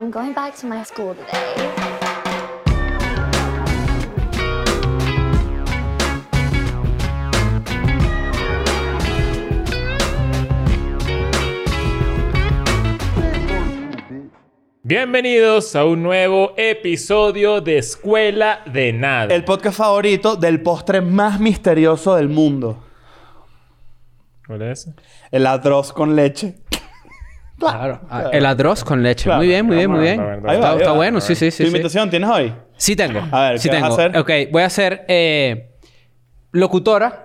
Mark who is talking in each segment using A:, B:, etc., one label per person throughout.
A: I'm going back to my school today.
B: Bienvenidos a un nuevo episodio de Escuela de Nada.
C: El podcast favorito del postre más misterioso del mundo.
B: ¿Cuál es?
C: El arroz con leche.
D: Claro. Ah, El arroz con leche.
C: Claro.
D: Muy bien, muy bien, muy bien.
B: Vamos a ver,
D: Está,
B: ahí va,
C: ahí
D: está
C: va.
D: bueno, sí, sí,
C: ¿Tu
D: sí. sí.
C: invitación tienes hoy?
D: Sí tengo.
C: A ver,
D: sí
C: ¿qué vas
D: tengo.
C: a hacer?
D: Ok, voy a hacer eh, locutora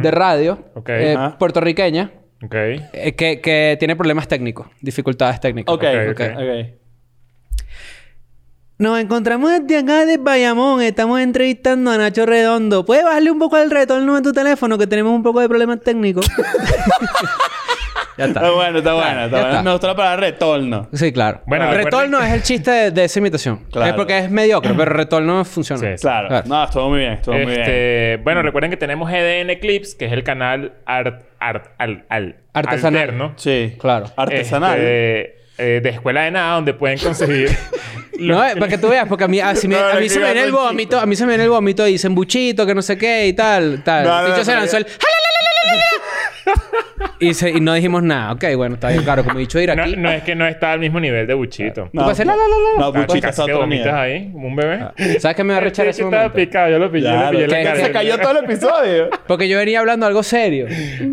D: de radio
B: Ok.
D: eh,
C: Ajá.
D: puertorriqueña
B: Ok.
D: eh, que, que tiene problemas técnicos, dificultades técnicas.
C: Ok,
B: Ok,
C: ok.
B: ok.
C: okay.
D: Nos encontramos desde acá de Bayamón. Estamos entrevistando a Nacho Redondo. ¿Puedes bajarle un poco el retorno de tu teléfono que tenemos un poco de problemas técnicos? ya
C: Está
D: está.
C: bueno, está bueno, está
D: ya
C: bueno.
D: está.
C: Me gustó la palabra retorno.
D: Sí, claro.
B: Bueno,
D: Bueno,
B: recuerden-
D: retorno es el chiste de, de esa imitación.
C: Claro.
D: Es porque es mediocre, pero retorno funciona.
B: Sí, sí.
C: Claro.
D: Claro.
C: No, estuvo muy bien, estuvo muy bien.
B: Este, bueno, recuerden que tenemos EDN Clips, que es el canal art, art, al, al,
D: Artesanal.
B: alterno.
C: Sí.
D: Claro.
C: Artesanal.
B: Este, eh, de Escuela de Nada, donde pueden conseguir...
D: No, eh, para que tú veas, porque a mí, a- si me-
C: No,
D: a
C: no,
D: mí
C: que
D: se me
C: iba
D: viene el
C: con el
D: vómito, a mí se me viene el vómito y dicen buchito, que no sé qué y tal, tal.
C: No, no,
D: y yo
C: no,
D: se
C: no,
D: lanzó el... y, se- y no dijimos nada. Ok, bueno, está bien claro. Como he dicho, ir
B: no,
D: aquí...
B: no es que no está al mismo nivel de Buchito.
C: No,
D: puedes hacer la, la, la, la.
C: No,
B: Ah,
C: Buchito
B: casi
C: está
B: te
C: otro
B: vomitas
C: nivel. Ah.
B: ahí, como un bebé.
D: ¿Sabes qué me va a
B: El
D: rechar ese
B: bicho estaba
D: momento?
B: picado, yo lo pillé,
C: Claro,
B: le pillé la
D: que-
B: cara.
C: Se cayó todo el episodio.
D: Porque yo venía hablando algo serio.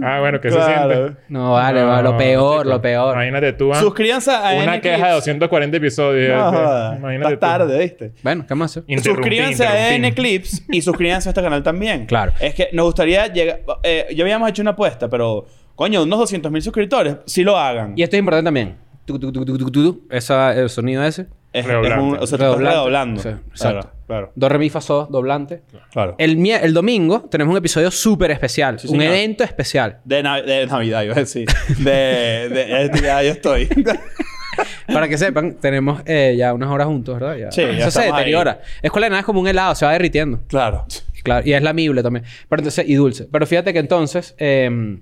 B: Ah, bueno, ¿qué se
C: Claro.
B: siente?
D: No, vale,
B: No,
D: va, lo peor,
B: chico,
D: lo peor.
B: Imagínate tú, ah,
C: Suscríbanse a
B: una
C: N
B: queja de 240 episodios.
C: No,
B: eh,
C: joda.
B: imagínate
C: Está
B: tú.
C: tarde, ¿viste?
D: Bueno, ¿qué más?
B: Interrumpí,
C: Suscríbanse
B: interrumpí.
C: a N Clips y suscríbanse a este canal también.
D: Claro.
C: Es que nos gustaría llegar. eh, ya habíamos hecho una apuesta, pero coño, unos 200 mil suscriptores, si lo hagan.
D: Y esto es importante también. Tu, tu, tu, tu, tu, tu, tu. Esa- el sonido ese.
C: Es, es
B: Redoblante.
C: un, o sea, tú estás
D: Redoblante.
C: redoblando.
D: Sí,
C: claro,
D: exacto.
C: claro.
D: Do, re, mi, fa, sol, doblante.
C: claro.
D: El, mie- el domingo tenemos un episodio súper especial. un
C: señor.
D: evento especial.
C: De, Nav- de Navidad, iba a decir. De, de, de- ya yo estoy.
D: Para que sepan, tenemos eh, ya unas horas juntos, ¿verdad? Ya.
C: Sí, ya
D: Eso se
C: estamos ahí.
D: deteriora. Escuela de nada es como un helado, se va derritiendo.
C: claro.
D: Y Claro, y es lamible también. Pero entonces, y dulce. Pero fíjate que entonces, eh,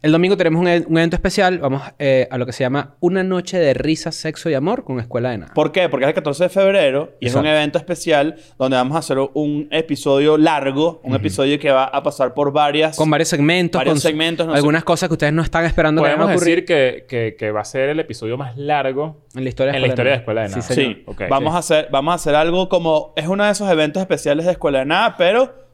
D: el domingo tenemos un, e- un evento especial. Vamos eh, a lo que se llama Una Noche de Risa, Sexo y Amor con Escuela de Nada.
C: ¿Por qué? Porque es el 14 de febrero y es un
D: Exacto.
C: evento especial donde vamos a hacer un episodio largo, un episodio que va a pasar por varias.
D: Con varios segmentos,
C: Varios
D: con su-
C: segmentos, no sé.
D: algunas cosas que ustedes no están esperando que
B: Podemos
D: van a ocurrir
B: decir que, que, que va a ser el episodio más largo
D: en la historia de
B: en la historia de Escuela
D: Escuela
B: de Nada.
D: Sí, señor.
C: Sí,
B: Ok.
C: vamos, A hacer, vamos a hacer algo como. Es uno de esos eventos especiales de Escuela de Nada, pero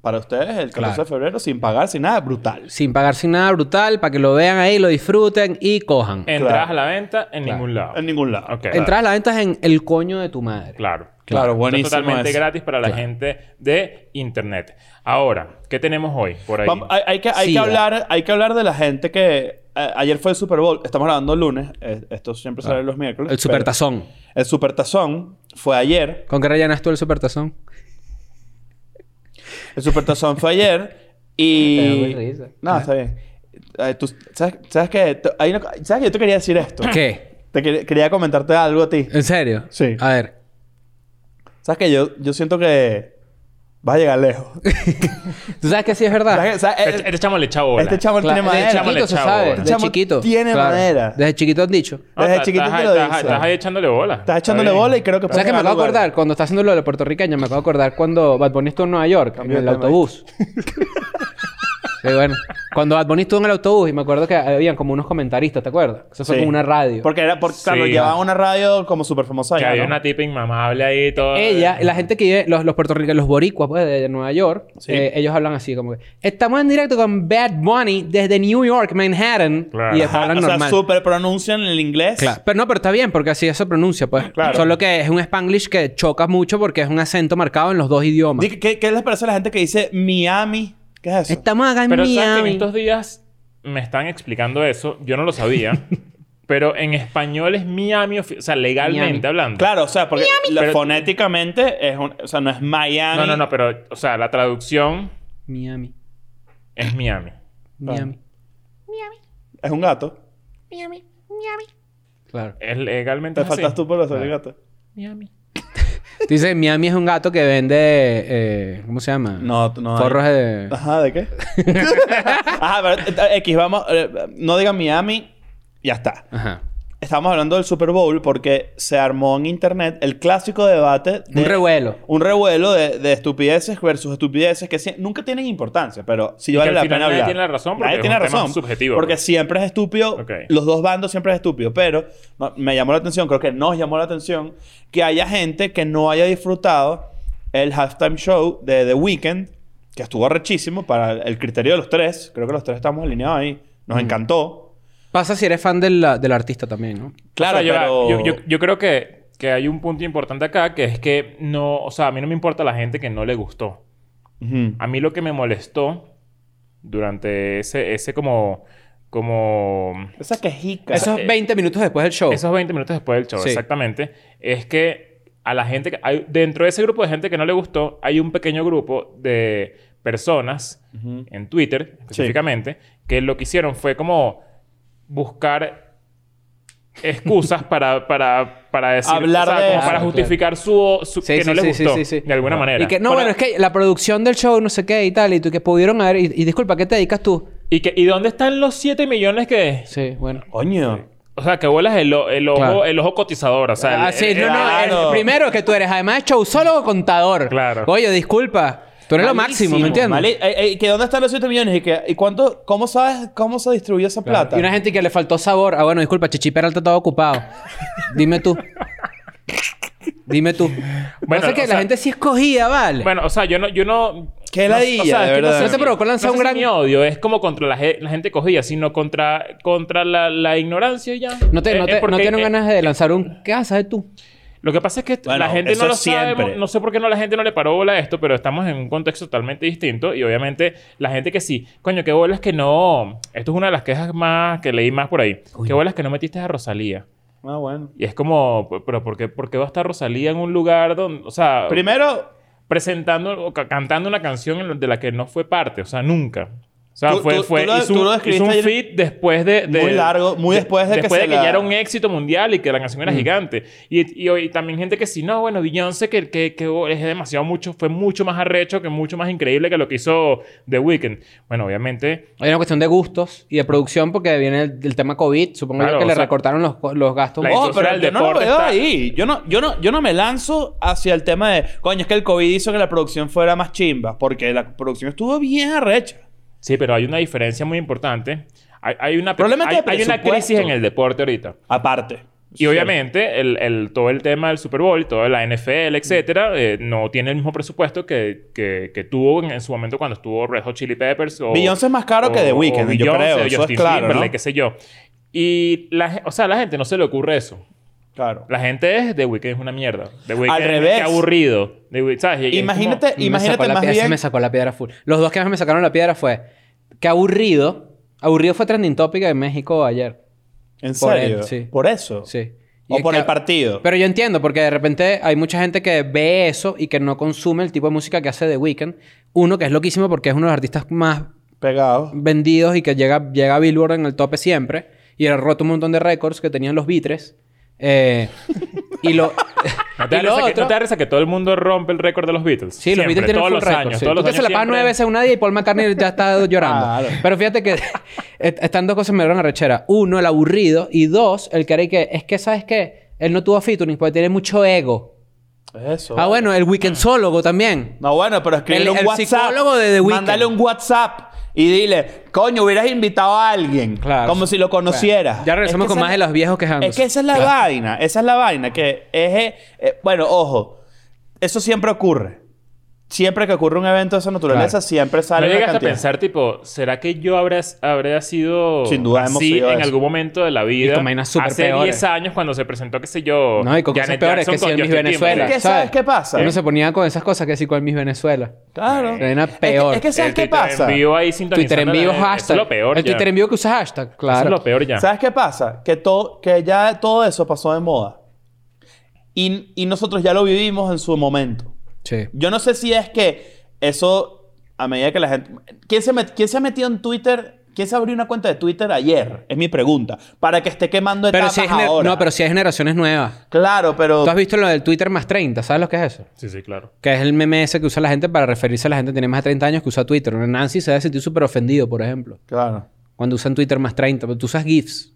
C: para ustedes, el 14
D: Claro.
C: de febrero, sin pagar, sin nada, brutal.
D: Sin pagar sin nada brutal, para que lo vean ahí, lo disfruten y cojan.
B: Entradas
C: Claro.
B: a la venta en ningún lado.
C: En ningún lado.
B: Ok.
D: Entrar a la venta es en el coño de tu madre.
B: Claro.
C: Claro, buenísimo.
B: Está totalmente
C: eso.
B: gratis para la gente de internet. Ahora, ¿qué tenemos hoy por ahí?
C: Vamos- eh, hay, hay que, hay,
D: Sí,
C: que
D: va.
C: hablar, hay que hablar de la gente que. eh, ayer fue el Super Bowl, estamos grabando lunes, eh, esto siempre sale los miércoles.
D: Ah, El supertazón.
C: pero El Supertazón fue ayer.
D: ¿Con qué rellenas tú el supertazón?
C: El Supertazón fue ayer
D: Te da
C: y...
D: muy risa.
C: No, está bien. Eh, tú- ¿sabes, sabes que te- hay una co- ¿Sabes que yo te quería decir esto?
D: ¿Qué?
C: Te quer- quería comentarte algo a ti.
D: ¿En serio?
C: Sí.
D: A ver.
C: ¿Sabes que yo, yo siento que vas a llegar lejos?
D: ¿Tú sabes que sí es verdad?
C: ¿Sabes que- sabes, eh,
B: este, este chamo le echa bola.
C: este chamo
D: Claro,
C: tiene madera.
D: Desde
B: chamo le
D: chiquito se
B: echa
D: sabe.
B: bola.
D: Desde
C: Chamo
D: chiquito.
C: tiene madera.
D: Desde chiquito han dicho.
B: Ah,
C: desde
B: estás-
C: chiquito
B: estás
C: te
B: ahí-
C: lo
B: Estás,
C: dice.
B: estás ahí echándole bola.
C: Estás
B: Está
C: echándole
B: bien.
C: bola y creo que...
D: ¿Sabes que me
C: vas a
D: acabo de
C: llegar
D: acordar? Cuando está haciendo lo de la puertorriqueña, me acabo de acordar cuando Bad Bunny estuvo en Nueva York,
C: Cambio
D: en
C: de
D: el
C: tema.
D: autobús. sí, bueno. Cuando Bad Bunny estuvo en el autobús y me acuerdo que habían como unos comentaristas, ¿te acuerdas? Eso fue
C: Sí.
D: como una radio.
C: Porque era... Porque, claro,
B: Sí.
C: llevaba una radio como súper famosa.
B: Que
C: allá,
B: había
C: ¿no?
B: una tipa inmamable ahí todo.
D: Ella, la gente que vive, los, los puertorriqueños, los boricuas pues, de Nueva York,
C: Sí.
D: eh, ellos hablan así como que estamos en directo con Bad Bunny desde New York, Manhattan.
B: Claro.
D: Y
C: Ajá,
D: después hablan
C: o sea,
D: normal.
C: súper pronuncian el inglés.
D: Claro. Pero no, pero está bien porque así eso pronuncia, pues.
C: Claro.
D: Solo que es un spanglish que choca mucho porque es un acento marcado en los dos idiomas.
C: Di- ¿Qué, qué les parece a la gente que dice Miami? ¿Qué es eso?
D: Estamos acá en
B: Pero sabes que en
D: Miami.
B: estos días me están explicando eso. Yo no lo sabía. pero en español es Miami, ofi- o sea, legalmente
D: Miami.
B: hablando.
C: Claro, o sea, porque la-
B: Pero-
C: fonéticamente es un- o sea, no es Miami.
B: No, no, no, pero, o sea, la traducción
D: Miami.
B: es Miami.
D: Miami.
C: Es un gato.
D: Claro.
B: Es legalmente
C: Te
B: es así.
C: faltas tú por hacer el gato.
D: Dice, Miami es un gato que vende... eh, ¿Cómo se llama?
C: No, no. hay.
D: Forros de...
C: Ajá, ¿de qué? eh, Ajá, pero eh, X, vamos. eh, no digan Miami, ya está.
D: Ajá.
C: estábamos hablando del Super Bowl porque se armó en internet el clásico debate de
D: Un revuelo.
C: un revuelo de, de estupideces versus estupideces que si- nunca tienen importancia, pero sí
B: Y que
C: vale
B: al
C: la
B: final
C: pena
B: nadie
C: hablar.
B: tiene la razón porque
C: Nadie
B: es
C: tiene
B: un tema
C: razón,
B: subjetivo,
C: Porque
B: pues.
C: siempre es estúpido.
B: Ok.
C: Los dos bandos siempre es estúpido. Pero no, me llamó la atención, creo que nos llamó la atención que haya gente que no haya disfrutado el halftime show de The Weeknd, que estuvo rechísimo para el criterio de los tres. Creo que los tres estamos alineados ahí. Nos
B: Mm.
C: encantó.
D: Pasa si eres fan del, del artista también, ¿no?
C: Claro,
B: O sea, yo,
C: pero...
B: yo- yo- yo creo que, que hay un punto importante acá que es que no... O sea, a mí no me importa la gente que no le gustó.
C: Ujú.
B: A mí lo que me molestó durante ese, ese como... Como...
C: Esa quejica.
D: Esos
B: eh,
D: 20 minutos después del show.
B: Esos 20 minutos después del show,
D: Oh. Sí.
B: exactamente. Es que a la gente... que- hay- dentro de ese grupo de gente que no le gustó, hay un pequeño grupo de personas
C: Ujú.
B: en Twitter, específicamente, que lo que hicieron fue como buscar excusas para, para, para decir...
C: Hablar de
B: como
C: eso.
B: para
D: Claro,
B: justificar su, su-
D: Sí,
B: que
D: sí,
B: no le
D: sí,
B: gustó.
D: sí, sí, sí.
B: De alguna manera.
D: Y que, no,
B: Para-
D: bueno, es que la producción del show, no sé qué y tal, y tú que pudieron haber. Y, y disculpa, ¿qué te dedicas tú?
B: ¿Y, que, ¿Y dónde están los 7 millones que...?
D: Sí, bueno.
C: Coño.
B: O sea, que vuelas el, o- el, ojo,
D: Claro.
B: el ojo cotizador. O sea, el-
D: Ah, sí,
B: el-
D: no, no.
C: claro.
D: el primero que tú eres, además de show, solo contador.
B: Claro.
D: Oye, disculpa. Tú eres lo máximo, ¿me entiendes?
C: Mali- eh, eh, que dónde están los 7 millones y, que, y cuánto, cómo sabes cómo se distribuyó esa plata.
D: Y una gente que le faltó sabor. Ah, bueno, disculpa, Chichi Peralta estaba ocupado. Dime tú. Dime tú.
B: Bueno,
D: Bueno,
B: o
D: que la
B: sea-
D: gente sí escogía, vale.
B: Bueno, o sea, yo no... Yo no
C: Qué
B: no-
C: ladilla, de
B: es que
C: verdad.
B: sé
D: No te
B: si-
D: provocó lanzar
B: no sé
D: un
B: si
D: gran-
B: mi odio es como contra la, ge- la gente cogida, sino contra, contra la, la ignorancia y ya.
D: no, te,
B: Eh,
D: no,
B: eh,
D: te, no
B: porque,
D: tienen
B: eh,
D: ganas de lanzar un... ¿Qué haces tú?
B: Lo que pasa es que
C: Bueno,
B: la gente
C: eso
B: no lo sabe.
C: siempre.
B: No sé por qué no la gente no le paró bola a esto, pero estamos en un contexto totalmente distinto. Y obviamente la gente que sí, coño, qué bolas que no. Esto es una de las quejas más que leí más por ahí. Qué bolas que no metiste a Rosalía.
C: Ah, bueno.
B: Y es como, p- pero ¿por qué, por qué va a estar Rosalía en un lugar donde, o sea,
C: Primero,
B: presentando o ca- cantando una canción en lo- de la que no fue parte, o sea, nunca. O sea,
C: Tú-
B: fue,
C: tú-
B: fue
C: tú lo-
B: hizo,
C: tú
B: un-
C: lo
B: hizo
C: describiste
B: un
C: ayer-
B: feat después de, de-
C: Muy largo, muy después de que
B: después
C: se
B: de que
C: la- Mm.
B: ya era un éxito mundial y que la canción era gigante. Y, y, hoy también gente que sí, no, bueno, Beyoncé que, que, que oh, es demasiado mucho, fue mucho más arrecho, que mucho más increíble que lo que hizo The Weeknd. Bueno, obviamente
D: Hay una cuestión de gustos y de producción porque viene el, el tema COVID. Supongo
B: Claro,
D: yo que
B: o
D: le
B: sea,
D: recortaron los, co- los gastos.
B: la
D: Oh,
C: ojo,
B: industria
C: pero
B: del
C: yo no lo
B: deporte
C: veo
B: está-
C: ahí. Yo no, yo, no, yo no me lanzo hacia el tema de, coño, es que el COVID hizo que la producción fuera más chimba, porque la producción estuvo bien arrecha.
B: Sí, pero hay una diferencia muy importante. Hay, hay una,
C: Problema
B: hay,
C: de
B: hay una
C: presupuesto.
B: crisis en el deporte ahorita.
C: Aparte.
B: Y obviamente el, el- todo el tema del Super Bowl, y toda la NFL,
C: Mm.
B: etcétera, eh, no tiene el mismo presupuesto que, que, que tuvo en, en su momento cuando estuvo Red Hot Chili Peppers. O,
C: Beyoncé es más caro que The Weeknd, yo creo,
B: o
C: eso es
B: Justin
C: claro,
B: Timberlake,
C: ¿no?
B: qué sé yo. Y la, ge- o sea, a la gente no se le ocurre eso.
C: Claro.
B: La gente es The Weeknd es una mierda. The Weeknd
C: Al
B: qué
C: revés.
B: aburrido. The Weeknd, ¿sabes? Y- y es como-
C: Imagínate,
D: me sacó
C: imagínate
D: la
C: más
D: piedra, ese
C: bien.
D: me sacó la piedra full. Los dos que más me sacaron la piedra fue... Qué aburrido. Aburrido fue trending topic en México ayer.
C: En
D: por él,
C: serio.
D: sí.
C: Por eso.
D: Sí.
C: O
D: es
C: por
D: que-
C: el partido.
D: Pero yo entiendo, porque de repente hay mucha gente que ve eso y que no consume el tipo de música que hace The Weeknd. Uno que es loquísimo porque es uno de los artistas más
C: Pegado.
D: vendidos y que llega, llega a Billboard en el tope siempre. Y ha roto un montón de récords que tenían los vitres. Eh, y lo.
B: No te,
D: y lo
B: parece que,
D: otro-
B: no te da risa que todo el mundo rompe el récord de los Beatles.
D: Sí, los
B: Siempre,
D: Beatles tienen
B: todos
D: full
B: los
D: récord,
B: años.
D: sí.
B: Todos los
D: Tú te se la
B: años
D: pagas nueve
B: siempre- Ah,
D: veces a un día y Paul McCartney ya está llorando.
C: Claro.
D: Pero fíjate que est- están dos cosas que me dieron arrechera. Uno, el aburrido. Y dos, el que era y que... Es que, ¿sabes qué? Él no tuvo featuring porque tiene mucho ego.
C: Eso.
D: Ah, bueno, el weekendsólogo también.
C: No, bueno, pero escribe
D: El-
C: un
D: el
C: WhatsApp.
D: psicólogo de The Weeknd.
C: Mándale un WhatsApp y dile, coño, hubieras invitado a alguien.
D: Claro.
C: Como si lo conocieras.
D: Ya regresamos con
C: esa
D: más
C: es
D: de
C: la-
D: los viejos quejándose.
C: Es que esa es la vaina. Esa es la vaina. Que es. eh, eh, bueno, ojo. Eso siempre ocurre. Siempre que ocurre un evento de esa naturaleza,
D: Claro.
C: siempre
B: No
C: sale una
B: llegaste a
C: cantidad.
B: pensar, tipo, ¿será que yo habré, habré sido
C: Sin duda hemos
B: así
C: sido
B: en
C: eso.
B: algún momento de la vida?
D: Y con vainas súper
B: Hace
D: peores.
B: 10 años cuando se presentó, qué sé yo,
D: No, y con
B: Oh,
D: cosas
B: Janet
D: peores
B: Jackson
D: que si
B: con
D: en Miss
B: Justin
D: Venezuela.
B: Timberlake.
C: Es que, ¿sabes qué pasa?
D: Uno se ponía con esas cosas que sí con mis Venezuela.
C: Claro.
D: Pero era
C: Es que-
D: peor.
C: Es que, ¿sabes
B: El
C: qué
B: Twitter
C: pasa?
B: en vivo ahí sintonizando
D: Twitter en
B: la-
D: vivo,
B: eso
D: hashtag.
B: Es lo peor
D: El
B: ya.
D: Twitter en vivo que usa hashtag,
B: Eso
D: claro.
B: es lo peor ya.
C: ¿Sabes qué pasa? Que, todo, que ya todo eso pasó de moda. Y, y nosotros ya lo vivimos en su momento.
D: Sí.
C: Yo no sé si es que eso, a medida que la gente... ¿Quién se, met- quién se ha metido en Twitter? ¿Quién se abrió una cuenta de Twitter ayer? Es mi pregunta. Para que esté quemando
D: Pero
C: etapas
D: si hay gener-
C: ahora.
D: No, pero si hay generaciones nuevas.
C: Claro, pero...
D: Tú has visto lo del Twitter más 30, ¿sabes lo que es eso?
B: Sí, sí, claro.
D: Que es el meme ese que usa la gente para referirse a la gente que tiene más de 30 años que usa Twitter. Nancy se debe sentir súper ofendido, por ejemplo.
C: Claro.
D: Cuando usan Twitter más 30. Pero tú usas GIFs.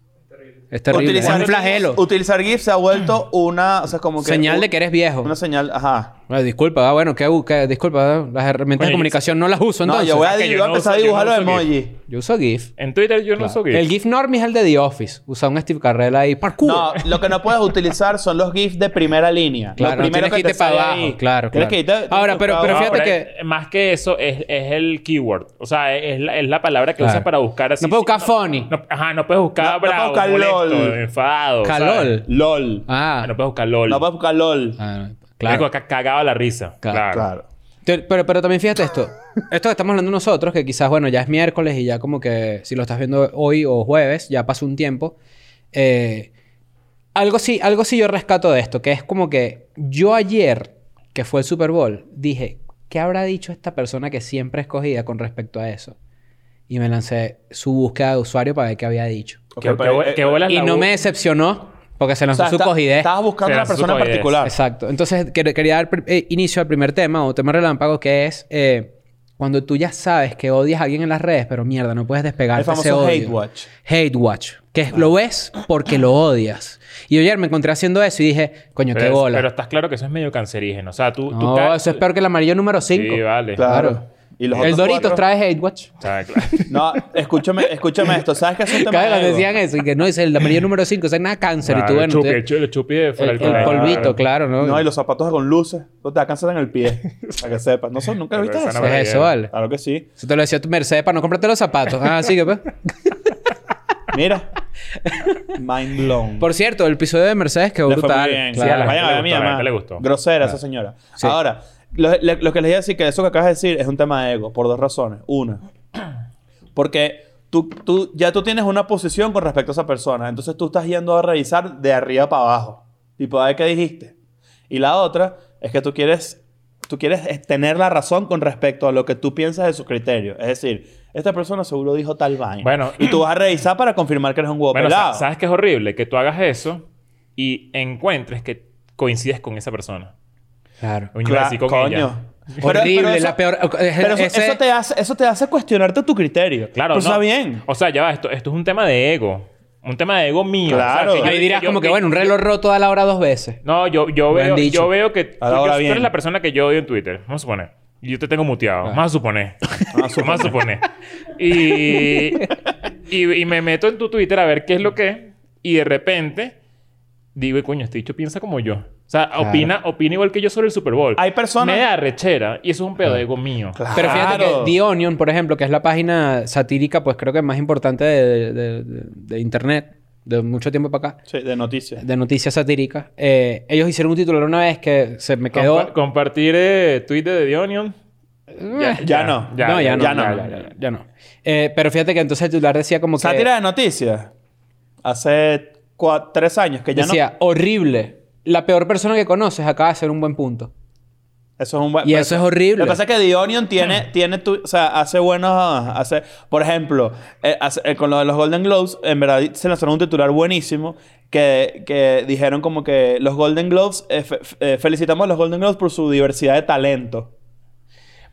D: Es terrible.
C: Utilizar
D: es un
C: GIFs-
D: flagelo.
C: Utilizar GIF se ha vuelto una... O sea, como que...
D: Señal
C: un-
D: de que eres viejo.
C: Una señal... Ajá.
D: Bueno, disculpa, ah, bueno, ¿qué, hago? ¿Qué- disculpa, ah, las herramientas
B: Coño,
D: de
B: yo-
D: comunicación no las uso
C: No,
D: entonces.
C: yo voy a,
B: es Ah, que
C: di-
B: yo
C: voy a
B: no
C: empezar
B: uso-
C: a
B: yo no
C: dibujar los
B: uso GIF.
C: emojis.
D: Yo uso GIF.
B: En Twitter yo no
D: Claro.
B: uso GIF.
D: El GIF norm es el de The Office. Usa un Steve Carrell ahí. ¡Parkour!
C: No, lo que no puedes utilizar son los GIFs de primera línea.
D: Claro,
C: lo primero
D: tienes que irte
C: te
D: para
C: sale
D: abajo.
C: ahí.
D: Claro,
C: Tienes
D: claro.
C: que irte- tienes
D: Ahora,
C: que
D: pero-
C: buscar
D: pero
C: abajo.
D: fíjate
B: Ahora,
D: que-
B: es- Más que eso, es, es el keyword. O sea, es, es la, es la palabra que
D: Claro.
B: usas para buscar así.
D: no puedo buscar funny.
B: No- ajá, no puedes buscar
C: No- no
B: bravo,
C: puedes buscar
B: molesto,
C: LOL.
B: enfadado.
D: Calol.
C: eh,
B: ¿sabes?
C: LOL.
D: Ah,
B: Ah, No puedes buscar LOL.
C: No puedes buscar LOL.
D: ah, no.
B: Marico,
D: claro.
B: ca- cagado a la risa.
D: Claro.
B: Claro.
C: Claro.
D: Te- Pero, pero también fíjate esto. Esto que estamos hablando nosotros, que quizás, bueno, ya es miércoles y ya como que si lo estás viendo hoy o jueves, ya pasó un tiempo. Eh, algo sí, algo sí yo rescato de esto, que es como que yo ayer, que fue el Super Bowl, dije, ¿qué habrá dicho esta persona que siempre escogía con respecto a eso? Y me lancé su búsqueda de usuario para ver qué había dicho.
C: Ok,
B: Que,
C: pero,
B: que-
C: eh,
B: que bolas
D: Y
B: la
D: no
B: U-
D: me decepcionó porque se
C: o
D: lanzó
C: sea,
D: su
C: está-
D: cogidez.
C: Estabas buscando
B: Será
C: una persona
B: su
C: en
B: cogidez.
C: particular.
D: Exacto. Entonces, quer- quería dar pri- eh, inicio al primer tema o tema relámpago, que es eh, cuando tú ya sabes que odias a alguien en las redes, pero mierda, no puedes despegar
C: El
D: ese
C: famoso
D: odio.
C: hate watch.
D: Hate watch. Que es- lo ves porque lo odias. Y ayer me encontré haciendo eso y dije, coño,
B: Pero,
D: qué
B: es-
D: bola.
B: pero estás claro que eso es medio cancerígeno. O sea, tú... tú
D: no,
B: ca-
D: eso es peor que el amarillo número 5.
B: Sí, vale.
C: Claro.
D: Claro.
C: Y los
D: el
C: otros
D: Doritos
C: cuatro-
D: trae hate watch.
B: O sea, claro.
C: No, escúchame, escúchame esto. ¿Sabes qué es un tema
D: Cada vez
C: de ego?
D: decían eso. Y que no, es el amarillo número 5. Es nada cáncer. y tú,
B: Claro,
D: bueno,
B: el chupi,
D: te-
B: el chu- el chupi de
D: el,
B: fuera del
D: el
B: colegio.
D: polvito, claro, ¿no?
C: No, y los zapatos con luces. No te alcanzan en el pie. Para que sepas. No sé, nunca
B: Pero
C: viste
B: esa
C: eso.
B: no me-
D: Es eso, vale.
C: Claro que sí.
D: Eso te lo decía tu Mercedes para no comprarte los zapatos. Ah, sí, que pues.
C: Mira. Mind blown.
D: Por cierto, el episodio de Mercedes quedó
C: Le fue
D: brutal.
C: muy bien. Sí,
D: Claro.
C: a la
B: Vayan a
C: gente
B: ver
C: le
B: mi
C: gustó, a la
B: mamá.
C: gente le gustó. Grosera esa señora.
D: Sí.
C: Ahora, lo, le- lo que les iba a decir que eso que acabas de decir es un tema de ego por dos razones. Una, porque tú, tú ya tú tienes una posición con respecto a esa persona, entonces tú estás yendo a revisar de arriba para abajo. Tipo, a ver qué dijiste. Y la otra es que tú quieres tú quieres eh, tener la razón con respecto a lo que tú piensas de su criterio. Es decir, esta persona seguro dijo tal vaina.
B: Bueno.
C: y tú vas a revisar para confirmar que eres un huevo
B: Bueno, sa-
C: pelado.
B: ¿sabes qué es horrible? Que tú hagas eso y encuentres que coincides con esa persona.
D: Claro.
B: Coño,
C: Cla-
B: así con ella.
D: Horrible,
C: eso-
D: la peor- es-
C: pero eso,
D: ese-
C: eso te hace, eso te hace cuestionarte tu criterio.
B: Claro,
C: Pero
B: no.
C: Pues está bien.
B: O sea, ya va, esto, esto es un tema de ego. Un tema de ego mío.
C: Claro.
B: O sea, que yo-
D: Ahí dirás
B: yo-
D: como que,
B: yo-
D: bueno, un reloj roto a la hora dos veces.
B: No, yo, yo,
D: Me han
B: veo,
D: dicho.
B: yo veo que tú,
C: Ahora
B: yo-
C: va
B: tú
C: bien.
B: eres la persona que yo odio en Twitter. Vamos a suponer. Y yo te tengo muteado. Vamos a suponer. Vamos a suponer. y, y, y me meto en tu Twitter a ver qué es lo que es. Y de repente digo, "Y coño, este dicho piensa como yo. O sea, opina, opina igual que yo sobre el Super Bowl.
C: Hay personas-
B: Me da rechera. Y eso es un pedo de ego mío.
D: Pero fíjate
C: Claro.
D: que The Onion, por ejemplo, que es la página satírica, pues creo que más importante de, de- de- de internet, de mucho tiempo para acá,
C: Sí, de noticias.
D: de noticias satíricas. eh, ellos hicieron un titular una vez que se me quedó.
B: Compa- compartir eh, tweet de The Onion. Ya,
C: Ya no.
D: no, ya, no,
C: ya
D: ya
C: no.
D: no. Ya, ya, ya no. Eh, pero fíjate que entonces el titular decía como que.
C: Sátira de noticias. Hace cua- tres años que ya
D: decía, horrible. La peor persona que conoces acaba de ser un buen punto.
C: no. Eso es Mm. un buen.
D: Y
C: pero-
D: eso es horrible.
C: Lo que pasa es que The Onion tiene, tiene tu- o sea, hace buenos, hace, por ejemplo, eh, hace- eh, con lo de los Golden Globes, en verdad se lanzaron un titular buenísimo que, que dijeron como que los Golden Globes, eh, fe- fe- eh, felicitamos a los Golden Globes por su diversidad de talento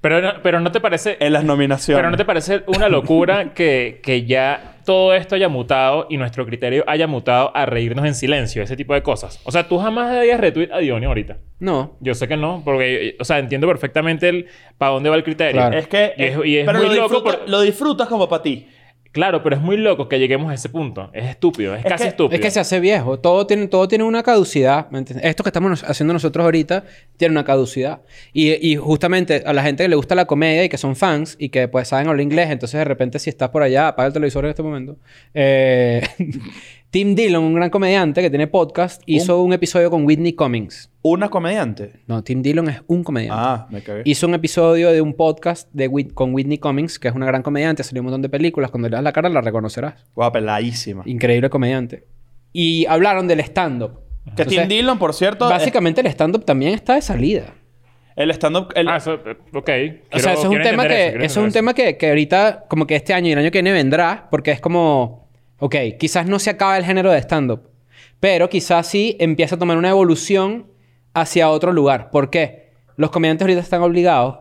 B: Pero, no- pero no te parece...
C: en las nominaciones.
B: Pero ¿no te parece una locura que, que ya todo esto haya mutado y nuestro criterio haya mutado a reírnos en silencio? Ese tipo de cosas. O sea, tú jamás darías retweet a Diony ahorita.
D: No.
B: Yo sé que no, porque, eh, o sea, entiendo perfectamente el para dónde va el criterio.
D: Claro.
C: Es que. eh,
B: Y es, y es
C: pero
B: muy
C: lo,
B: loco.
C: disfruta-
B: por-
C: lo disfrutas como para ti.
B: Claro, pero es muy loco que lleguemos a ese punto. Es estúpido, es, casi
C: que-
B: estúpido.
D: Es que se hace viejo. Todo tiene, todo tiene una caducidad. ¿me entiendes? Esto que estamos nos- haciendo nosotros ahorita tiene una caducidad. Y, y justamente a la gente que le gusta la comedia y que son fans y que pues saben hablar inglés, entonces de repente si estás por allá, apaga el televisor en este momento. Eh, Tim Dillon, un gran comediante que tiene podcast, hizo un episodio con Whitney Cummings.
C: Una comediante.
D: No, Tim Dillon es un comediante.
C: Ah, me cagué.
D: Hizo un episodio de un podcast de Whit- con Whitney Cummings, que es una gran comediante, salió un montón de películas. Cuando le das la cara la reconocerás.
C: Guau, peladísima.
D: Increíble comediante. Y hablaron del stand-up.
C: Que Tim
D: Entonces,
C: Dillon, por cierto.
D: Básicamente el stand-up también está de salida.
C: es- El stand-up. el-
B: Ah, eso, eh, ok.
D: o sea, eso es un tema que, eso, es un tema que, que ahorita, como que este año y el año que viene vendrá, porque es como, ok, quizás no se acaba el género de stand-up, pero quizás sí empieza a tomar una evolución hacia otro lugar. ¿Por qué? Los comediantes ahorita están obligados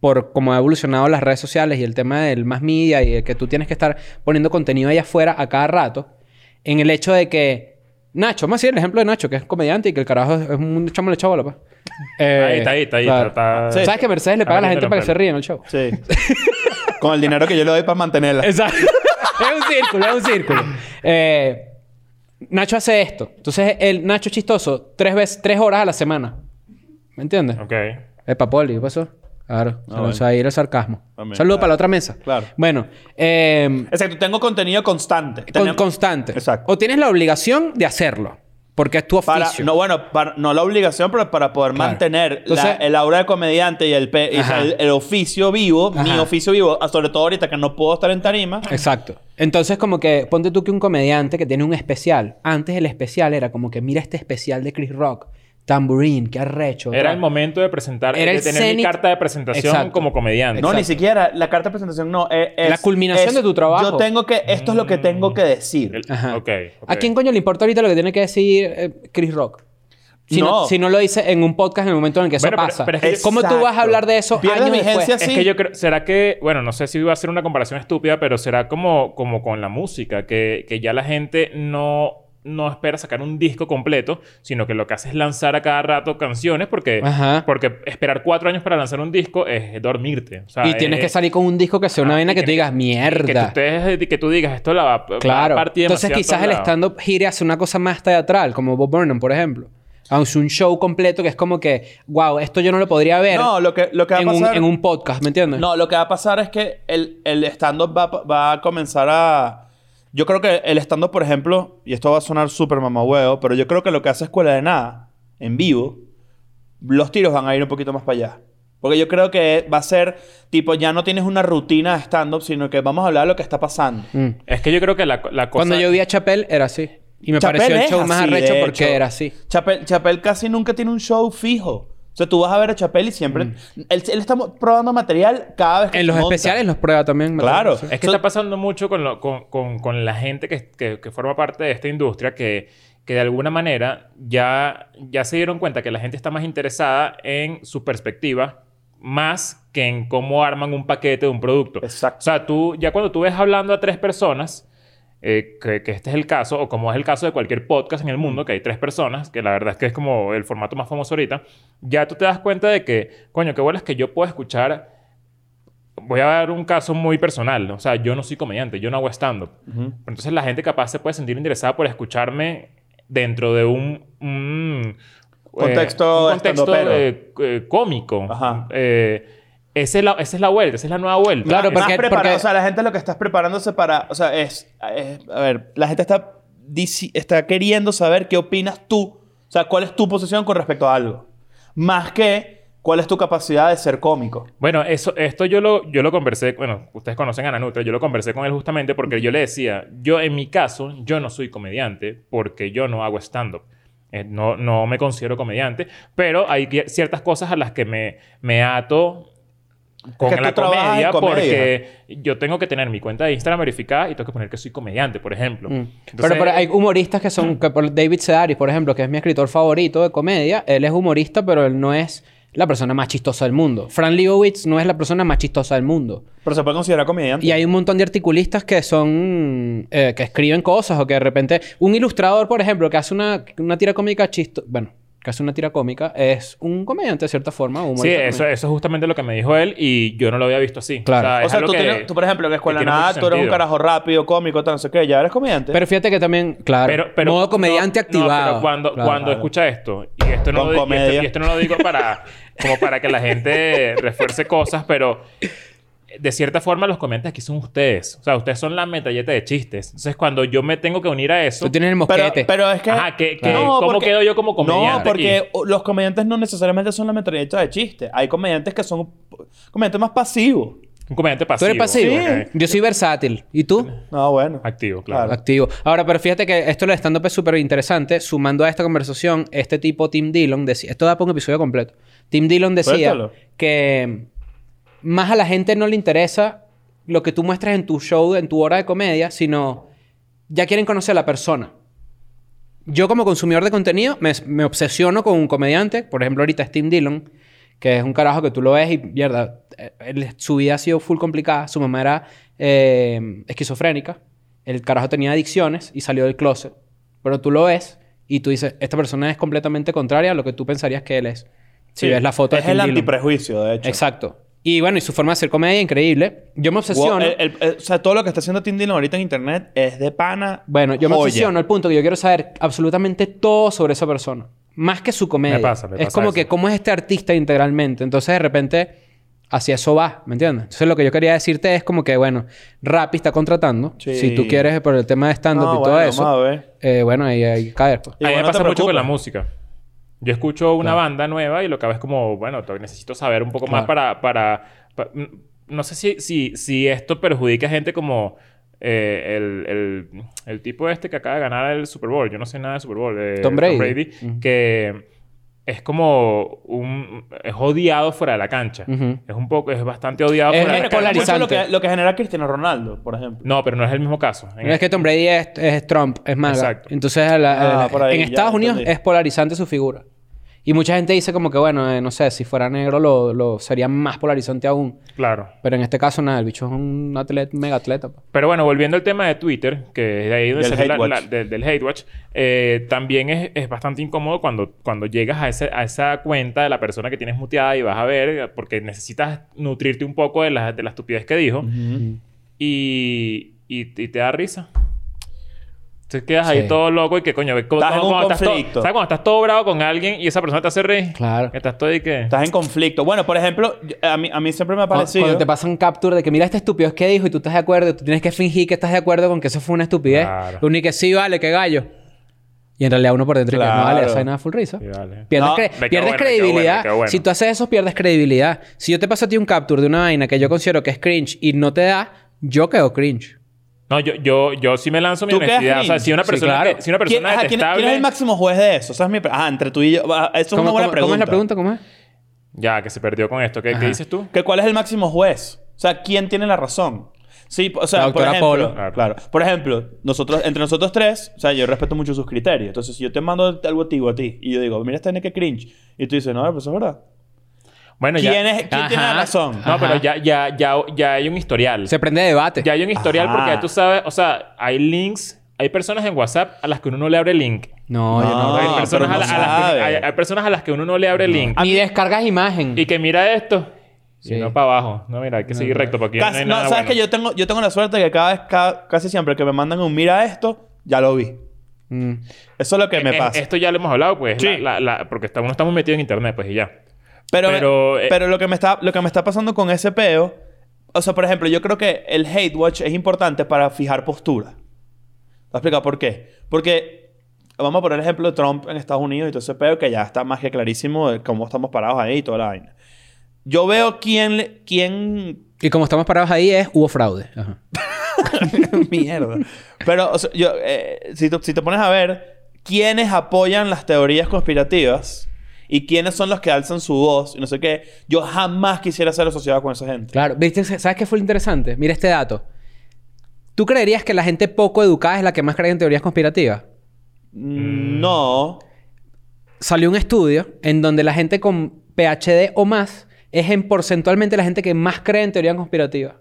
D: por cómo ha evolucionado las redes sociales y el tema del más media y el que tú tienes que estar poniendo contenido allá afuera a cada rato. en el hecho de que Nacho, más si el ejemplo de Nacho, que es comediante y que el carajo es, es un chamo de chavo, papá.
B: Ahí está, ahí está, ahí
D: pues. Eh, claro.
B: está. está-
C: Sí.
D: ¿Sabes que Mercedes le
B: A
D: paga a la
B: la
D: gente
B: gente
D: para
B: lo
D: que se ríen al show?
C: Sí. Con el dinero que yo le doy para mantenerla.
D: Exacto. es un círculo, es un círculo. Eh, Nacho hace esto. Entonces, el Nacho chistoso, tres veces, tres horas a la semana. ¿Me entiendes?
B: Ok.
D: Epa, Poli, ¿qué pasó? Claro. se lanzó
C: Ah, bueno.
D: ahí el sarcasmo.
C: También.
D: Saludo
C: Claro.
D: para la otra mesa.
C: Claro.
D: Bueno, eh,
C: Exacto, tengo contenido constante.
D: con,
C: Tenemos-
D: constante.
C: Exacto.
D: O tienes la obligación de hacerlo. Porque es tu oficio.
C: Para, no, bueno, para- no la obligación, pero para poder
D: Claro.
C: mantener la-
D: Entonces-
C: el aura de comediante y el, pe- y
D: Ajá.
C: el, el oficio vivo, mi
D: Ajá.
C: oficio vivo, ah, sobre todo ahorita que no puedo estar en tarima.
D: Exacto. Entonces, como que ponte tú que un comediante que tiene un especial. Antes el especial era como que mira este especial de Chris Rock, Tambourine, qué arrecho.
B: Era
D: tal.
B: el momento de presentar,
D: Era
B: de
D: el
B: tener mi
D: cenit-
B: carta de presentación
D: Exacto.
B: como comediante.
C: No,
D: Exacto.
C: ni siquiera la carta de presentación, no. e- Es,
D: La culminación
C: es-
D: de tu trabajo.
C: Yo tengo que, esto es lo que tengo que decir.
B: El-
D: Ajá.
B: Ok, ok.
D: ¿A quién coño le importa ahorita lo que tiene que decir eh, Chris Rock? Si no.
C: No.
D: si no lo dice en un podcast en el momento en el que eso
B: Bueno, pero-
D: pasa.
B: pero es que-
D: ¿Cómo tú vas
C: Exacto.
D: a hablar de eso
C: Pierde
D: años
C: vigencia
D: después?
B: Es
C: Sí.
B: que yo creo, será que, bueno, no sé si iba a ser una comparación estúpida, pero será como, como con la música, que, que ya la gente no, no espera sacar un disco completo, sino que lo que hace es lanzar a cada rato canciones, porque,
D: Ajá.
B: porque esperar cuatro años para lanzar un disco es dormirte. O sea,
D: Y tienes
B: es-
D: que salir con un disco que sea
B: eh,
D: una
B: Ah,
D: vaina
B: y
D: que tú
B: tiene
D: digas,
B: Que tú,
D: mierda.
B: estés- que tú digas, esto la va, va a
D: Claro.
B: partir
D: Entonces
B: demasiado a
D: quizás
B: todos
D: el
B: lados.
D: stand-up gire hacia una cosa más teatral, como Bob Burnham, por ejemplo. Hace un show completo que es como que, wow, esto yo no lo podría ver
C: No, lo que, lo que va a
D: en, un,
C: pasar.
D: en un podcast, ¿me entiendes?
C: No, lo que va a pasar es que el, el stand-up va, a pa- va a comenzar a... Yo creo que el stand-up, por ejemplo, y esto va a sonar súper mamahuevo, pero yo creo que lo que hace Escuela de Nada, en vivo, los tiros van a ir un poquito más para allá. Porque yo creo que va a ser, tipo, ya no tienes una rutina de stand-up, sino que vamos a hablar de lo que está pasando.
D: Mm.
B: Es que yo creo que la, la cosa...
D: Cuando yo vi a Chapel era así. Y me
C: Chappelle
D: pareció el
C: es
D: show más
C: así,
D: arrecho
C: de
D: porque
C: hecho.
D: era así.
C: Chappelle, Chappelle casi nunca tiene un show fijo. O sea, tú vas a ver a Chappelle y siempre... Él, él está mo- probando material cada vez que
D: Mm. En los
C: se monta.
D: especiales los prueba también. me
C: Claro.
D: parece.
B: Es que
C: So-
B: está pasando mucho con, lo- con, con- con la gente que, que- que forma parte de esta industria que, que de alguna manera ya, ya se dieron cuenta que la gente está más interesada en su perspectiva más que en cómo arman un paquete de un producto.
C: Exacto.
B: O sea, tú ya cuando tú ves hablando a tres personas, eh, que, que este es el caso, o como es el caso de cualquier podcast en el mundo,
C: Mm.
B: que hay tres personas, que la verdad es que es como el formato más famoso ahorita, ya tú te das cuenta de que, coño, qué bueno es que yo puedo escuchar voy a dar un caso muy personal. ¿no? O sea, yo no soy comediante, yo no hago stand-up. Pero Entonces, la gente capaz se puede sentir interesada por escucharme dentro de un. un, eh,
C: Contexto
B: un contexto
C: estandopero.
B: eh, eh, cómico.
C: Ajá.
B: Eh, esa, es la, esa es la vuelta, esa es la nueva vuelta.
D: Claro,
B: Es-
D: porque-
C: más preparado.
D: porque-
C: O sea, la gente lo que está es preparándose para. O sea, es, es- A ver, la gente está, dici- está queriendo saber qué opinas tú. O sea, cuál es tu posición con respecto a algo. Más que cuál es tu capacidad de ser cómico.
B: Bueno, eso, esto yo lo, yo lo conversé, bueno, ustedes conocen a Nanutria, yo lo conversé con él justamente porque yo le decía, yo en mi caso, yo no soy comediante porque yo no hago stand-up. Eh, no, no me considero comediante, pero hay qui- ciertas cosas a las que me, me ato con
C: que tú
B: la
C: trabajas
B: comedia,
C: en comedia.
B: porque yo tengo que tener mi cuenta de Instagram verificada y tengo que poner que soy comediante, por ejemplo.
D: Mm.
B: Entonces,
D: pero, pero hay humoristas que son... que por- David Sedaris, por ejemplo, que es mi escritor favorito de comedia. Él es humorista, pero él no es la persona más chistosa del mundo. Fran Lebowitz no es la persona más chistosa del mundo.
C: Pero se puede considerar comediante.
D: Y hay un montón de articulistas que son... eh, que escriben cosas o que de repente... Un ilustrador, por ejemplo, que hace una, una tira cómica chisto... Bueno, que hace una tira cómica es un comediante de cierta forma. un
B: Sí,
D: humorista
B: eso,
D: comediante.
B: eso es justamente lo que me dijo él y yo no lo había visto así.
D: Claro.
B: es
C: o sea,
B: algo
C: tú,
B: que-
C: tienes- tú, por ejemplo, que escuela
B: que tiene
C: nada,
B: mucho
C: tú eres un
B: sentido.
C: carajo rápido, cómico, tal, no sé qué, ya eres comediante.
D: Pero fíjate que también, claro, modo comediante
B: no, no,
D: activado.
B: pero cuando,
D: Claro.
B: cuando escucha esto, y esto, no lo,
C: Con
B: di- y esto-
C: comedia.
B: y esto no lo digo para, como para que la gente refuerce cosas, pero de cierta forma los comediantes aquí son ustedes. O sea, ustedes son la metalleta de chistes. Entonces, cuando yo me tengo que unir a eso...
D: Tú tienes el
C: Pero,
D: mosquete.
C: pero es que.
B: Ajá, que- que- ¿cómo quedo yo como
C: No,
B: comediante
C: porque
B: aquí?
C: o- los comediantes no necesariamente son la metralleta de chiste. Hay comediantes que son comediantes más pasivos.
B: Un comediante
D: Tú
B: pasivo.
D: eres pasivo.
B: ok.
D: Yo soy versátil. ¿Y tú?
C: No, bueno.
B: Activo, claro.
D: Activo. Ahora, pero fíjate que esto del stand-up es súper interesante. Sumando a esta conversación, este tipo, Tim Dillon, decía... Esto da para un episodio completo. Tim Dillon decía
C: Suéltalo.
D: que más a la gente no le interesa lo que tú muestras en tu show, en tu hora de comedia, sino ya quieren conocer a la persona. Yo como consumidor de contenido me, me obsesiono con un comediante, por ejemplo ahorita Steve Dillon, que es un carajo que tú lo ves y mierda, eh, él- su vida ha sido full complicada, su mamá era eh, esquizofrénica, el carajo tenía adicciones y salió del closet. Pero tú lo ves y tú dices, esta persona es completamente contraria a lo que tú pensarías que él es. Si
C: Sí,
D: ves la foto de
C: Es el
D: Tim Dillon.
C: antiprejuicio, de hecho.
D: Exacto. Y bueno, y su forma de hacer comedia increíble. Yo me
C: Wow,
D: obsesiono.
C: el- el- el- o sea, todo lo que está haciendo Tim Dillon ahorita en internet es de pana.
D: Bueno, yo me
C: joya.
D: obsesiono al punto que yo quiero saber absolutamente todo sobre esa persona. Más que su comedia.
B: Me pasa, me
D: es
B: pasa
D: como
B: eso.
D: que cómo es este artista integralmente. Entonces, de repente, hacia eso va, ¿me entiendes? Entonces, lo que yo quería decirte es como que, bueno, Rappi está contratando.
C: Sí.
D: Si tú quieres, por el tema de
C: No,
D: stand-up y
C: bueno,
D: todo
C: Vamos
D: eso.
C: a ver.
D: eh, bueno, ahí hay que caer. pues.
C: Y
B: a mí me
C: bueno, no te
B: pasa mucho
C: preocupes.
B: con la música. Yo escucho una banda nueva y lo que hago es como, bueno, todavía necesito saber un poco más para, para, pa- mm, No sé si, si, si esto perjudica a gente como eh, el, el- el tipo este que acaba de ganar el Super Bowl. Yo no sé nada de Super Bowl. eh,
D: Tom Brady. Ujú.
B: Que es como un... Es odiado fuera de la cancha.
D: Ujú.
B: Es un poco... Es bastante odiado
D: Es-
B: fuera de
D: es
B: la
C: Bueno,
B: cancha.
C: eso es lo
D: polarizante.
C: que, lo que genera Cristiano Ronaldo, por ejemplo.
B: No, pero no es el mismo caso. En- este,
D: No es que Tom Brady es, es Trump, es maga.
B: Exacto.
D: Entonces, a la- a la- eh,
C: Ah, por ahí,
D: en
C: ya,
D: Estados Unidos
C: entendí.
D: es polarizante su figura. Y mucha gente dice como que, bueno, eh, no sé, si fuera negro lo, lo sería más polarizante aún.
B: Claro.
D: Pero en este caso, nada, el bicho es un atleta, mega atleta. pues. pa.
B: Pero bueno, volviendo al tema de Twitter, que es de ahí donde
C: Del
B: salió la-
C: hate
B: la-
C: watch.
B: de- del hate watch, eh, también es, es bastante incómodo cuando, cuando llegas a, ese- a esa cuenta de la persona que tienes muteada y vas a ver, porque necesitas nutrirte un poco de la, de la estupidez que dijo y, y- y te da risa. Te quedas ahí
D: Sí.
B: todo loco y que coño, ve cómo-
C: Estás en
B: cómo-
C: un
B: cuando estás todo-
C: conflicto.
B: ¿Sabes cuando estás todo bravo con alguien y esa persona te hace reír?
D: Claro.
B: Que estás todo y que.
C: Estás en conflicto. Bueno, por ejemplo, yo- a mí, a mí siempre me ha
D: Cuando,
C: parecido.
D: cuando te pasan capture de que mira este estúpido es que dijo y tú estás de acuerdo, tú tienes que fingir que estás de acuerdo con que eso fue una estupidez.
B: Claro.
D: Lo único que sí, vale, que gallo. Y en realidad uno por dentro y que no vale,
C: Claro.
D: esa vaina da full risa.
B: Sí, vale.
D: Pierdes,
C: No,
D: cre-
B: me quedó bueno, me
D: pierdes
B: quedó
D: credibilidad.
B: bueno, me quedó bueno.
D: Si tú haces eso, pierdes credibilidad. Si yo te paso a ti un capture de una vaina que yo considero que es cringe y no te da, yo quedo cringe.
B: No, yo, yo, yo sí me lanzo mi
C: ¿Tú qué
B: honestidad. O sea,
C: harías?
B: si una
D: Sí,
B: persona,
D: claro.
B: que- si una
C: ¿Quién,
B: persona
C: ajá, quién-
B: detestable.
C: quién es el máximo juez de eso? Esa es mi pre- Ah, entre tú y yo. ah, Eso es una buena pregunta.
D: cómo es la pregunta? ¿Cómo es?
B: Ya, que se perdió con esto. ¿Qué, qué
D: Ajá.
B: dices tú?
C: que ¿Cuál es el máximo juez? O sea, ¿quién tiene la razón? Sí, o sea,
D: La
C: por
D: doctora
C: ejemplo,
D: Polo.
C: Claro. claro. Por ejemplo, nosotros, entre nosotros tres, o sea, yo respeto mucho sus criterios. Entonces, si yo te mando algo a ti o a ti y yo digo, mira, esta nena que cringe. Y tú dices, no, pues eso es verdad.
B: Bueno, ya.
C: ¿Quién, es, ¿quién tiene la
D: Ajá.
C: razón?
B: No,
D: Ajá.
B: pero ya, ya, ya, ya hay un historial.
D: Se prende debate.
B: Ya hay un historial
C: Ajá.
B: porque ya tú sabes, o sea, hay links, hay personas en WhatsApp a las que uno no le abre link.
D: No, yo
C: No.
D: no.
B: hay, personas
C: Ah, pero
B: a la-
C: no
B: a las que,
C: sabe. Ah,
B: hay, hay personas a las que uno no le abre link.
D: Ni descargas imagen.
B: Y que mira esto.
D: Sí.
B: Y no para abajo. No, mira, hay que seguir recto porque aquí
C: Casi-
B: no hay
C: no,
B: nada
C: sabes
B: bueno.
C: que yo tengo, yo tengo la suerte que cada vez, ca- casi siempre que me mandan un mira esto, ya lo vi.
D: Mm.
C: Eso es lo que me
B: Eh,
C: pasa.
B: Esto ya lo hemos hablado, pues.
C: Sí.
B: la- la- la- porque está- uno estamos metidos en internet, pues, y ya.
C: Pero,
B: Pero,
C: pero,
B: eh,
C: lo, que me está, lo que me está pasando con ese peo... O sea, por ejemplo, yo creo que el hate watch es importante para fijar postura. ¿Te voy a explicar por qué? Porque... Vamos a poner el ejemplo de Trump en Estados Unidos y todo ese peo que ya está más que clarísimo de cómo estamos parados ahí y toda la vaina. Yo veo quién... le- quién
D: Y como estamos parados ahí es, hubo fraude. Ajá.
C: Mierda. Pero o sea, yo, eh, si, tú- si te pones a ver quiénes apoyan las teorías conspirativas y quiénes son los que alzan su voz y no sé qué, yo jamás quisiera ser asociado con esa gente.
D: Claro. ¿Viste? ¿Sabes qué fue lo interesante? Mira este dato. ¿Tú creerías que la gente poco educada es la que más cree en teorías conspirativas?
C: Mm, No.
D: Salió un estudio en donde la gente con PhD o más es en porcentualmente la gente que más cree en teorías conspirativas.